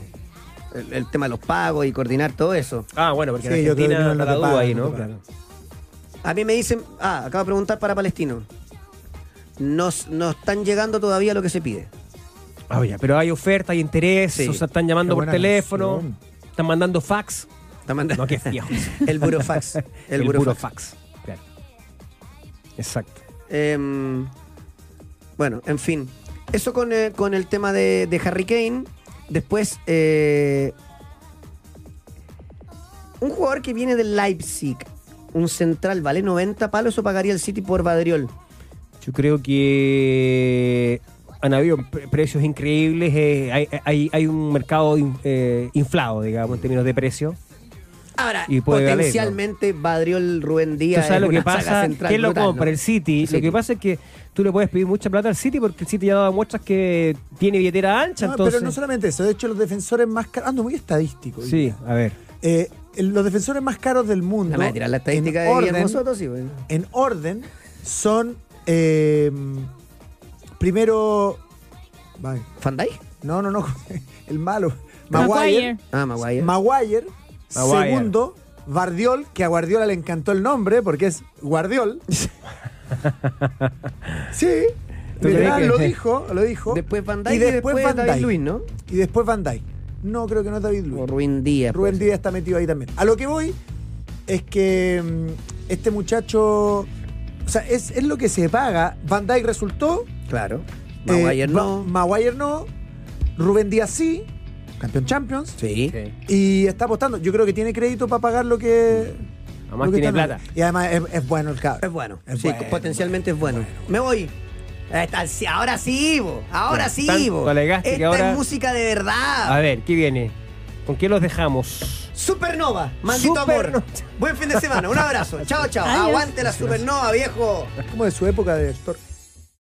el, el tema de los pagos y coordinar todo eso. Ah, bueno, porque Sí, en yo creo que Argentina no, está no la te duda pagan, ahí, no ¿no? te pagan. Claro. A mí me dicen, ah, acabo de preguntar para Palestino. Nos, nos están llegando todavía lo que se pide. Ah, oye, pero hay oferta, hay interés, Sí. o sea, están llamando Qué por buena teléfono, canción. están mandando fax. Está mandando- No, qué viejo. el burofax. El, El, burofax. puro fax. Claro. Exacto. Em, bueno, en fin. Eso con, eh, con el tema de, de Harry Kane. Después, eh, un jugador que viene del Leipzig, un central, vale 90 palos o pagaría el City por Badriol. Yo creo que han habido pre- precios increíbles. eh, hay, hay- hay un mercado in- eh, inflado, digamos, en términos de precio. Ahora, Y puede valer, potencialmente Badriol Rubén Tú Díaz. sabes es lo que una saga pasa. central ¿Quién lo brutal, compra? ¿no? El City. Lo City. que pasa es que tú le puedes pedir mucha plata al City porque el City ya da muestras que tiene billetera ancha. No, entonces... Ah, Pero no solamente eso, de hecho los defensores más caros, ando muy estadístico. hoy Sí, día. a ver. Eh, el- los defensores más caros del mundo, Nada más de tirar la estadística en, de orden, Guillermo Soto, sí, bueno. en orden, son eh, primero... vale, ¿Van Dijk? No, no, no, el malo. Maguire. Maguire. Ah, Maguire. Maguire. Maguire. Segundo, Guardiol, que a Guardiola le encantó el nombre porque es Guardiol. sí. ¿Tú de crees verdad, que- lo dijo, lo dijo. después Van Dijk y después, Van David Dijk. Luis, ¿no? Y después Van Dijk. No, creo que no es David Luis. O Rubén Díaz. Rubén pues. Díaz está metido ahí también. A lo que voy es que mm, este muchacho. O sea, es, es lo que se paga. Van Dyke resultó. Claro. eh, Maguire Va- no. Maguire no. Rubén Díaz sí. Campeón Champions. Sí. Y está apostando. Yo creo que tiene crédito para pagar lo que. Además lo que tiene está- plata. Y además es, es bueno el cabrón. Es bueno. Es sí, bueno, potencialmente es bueno. Me voy. Ahí está, sí, Ahora sí, Ivo. Ahora sí, Tanto Ivo. le gaste Esta que ahora- es música de A verdad. ver, ¿qué viene? ¿Con qué los dejamos? Supernova, maldito Superno- amor. Buen fin de semana. Un abrazo. Chao, chao. Adiós. Aguante la supernova, viejo. Como de su época de actor.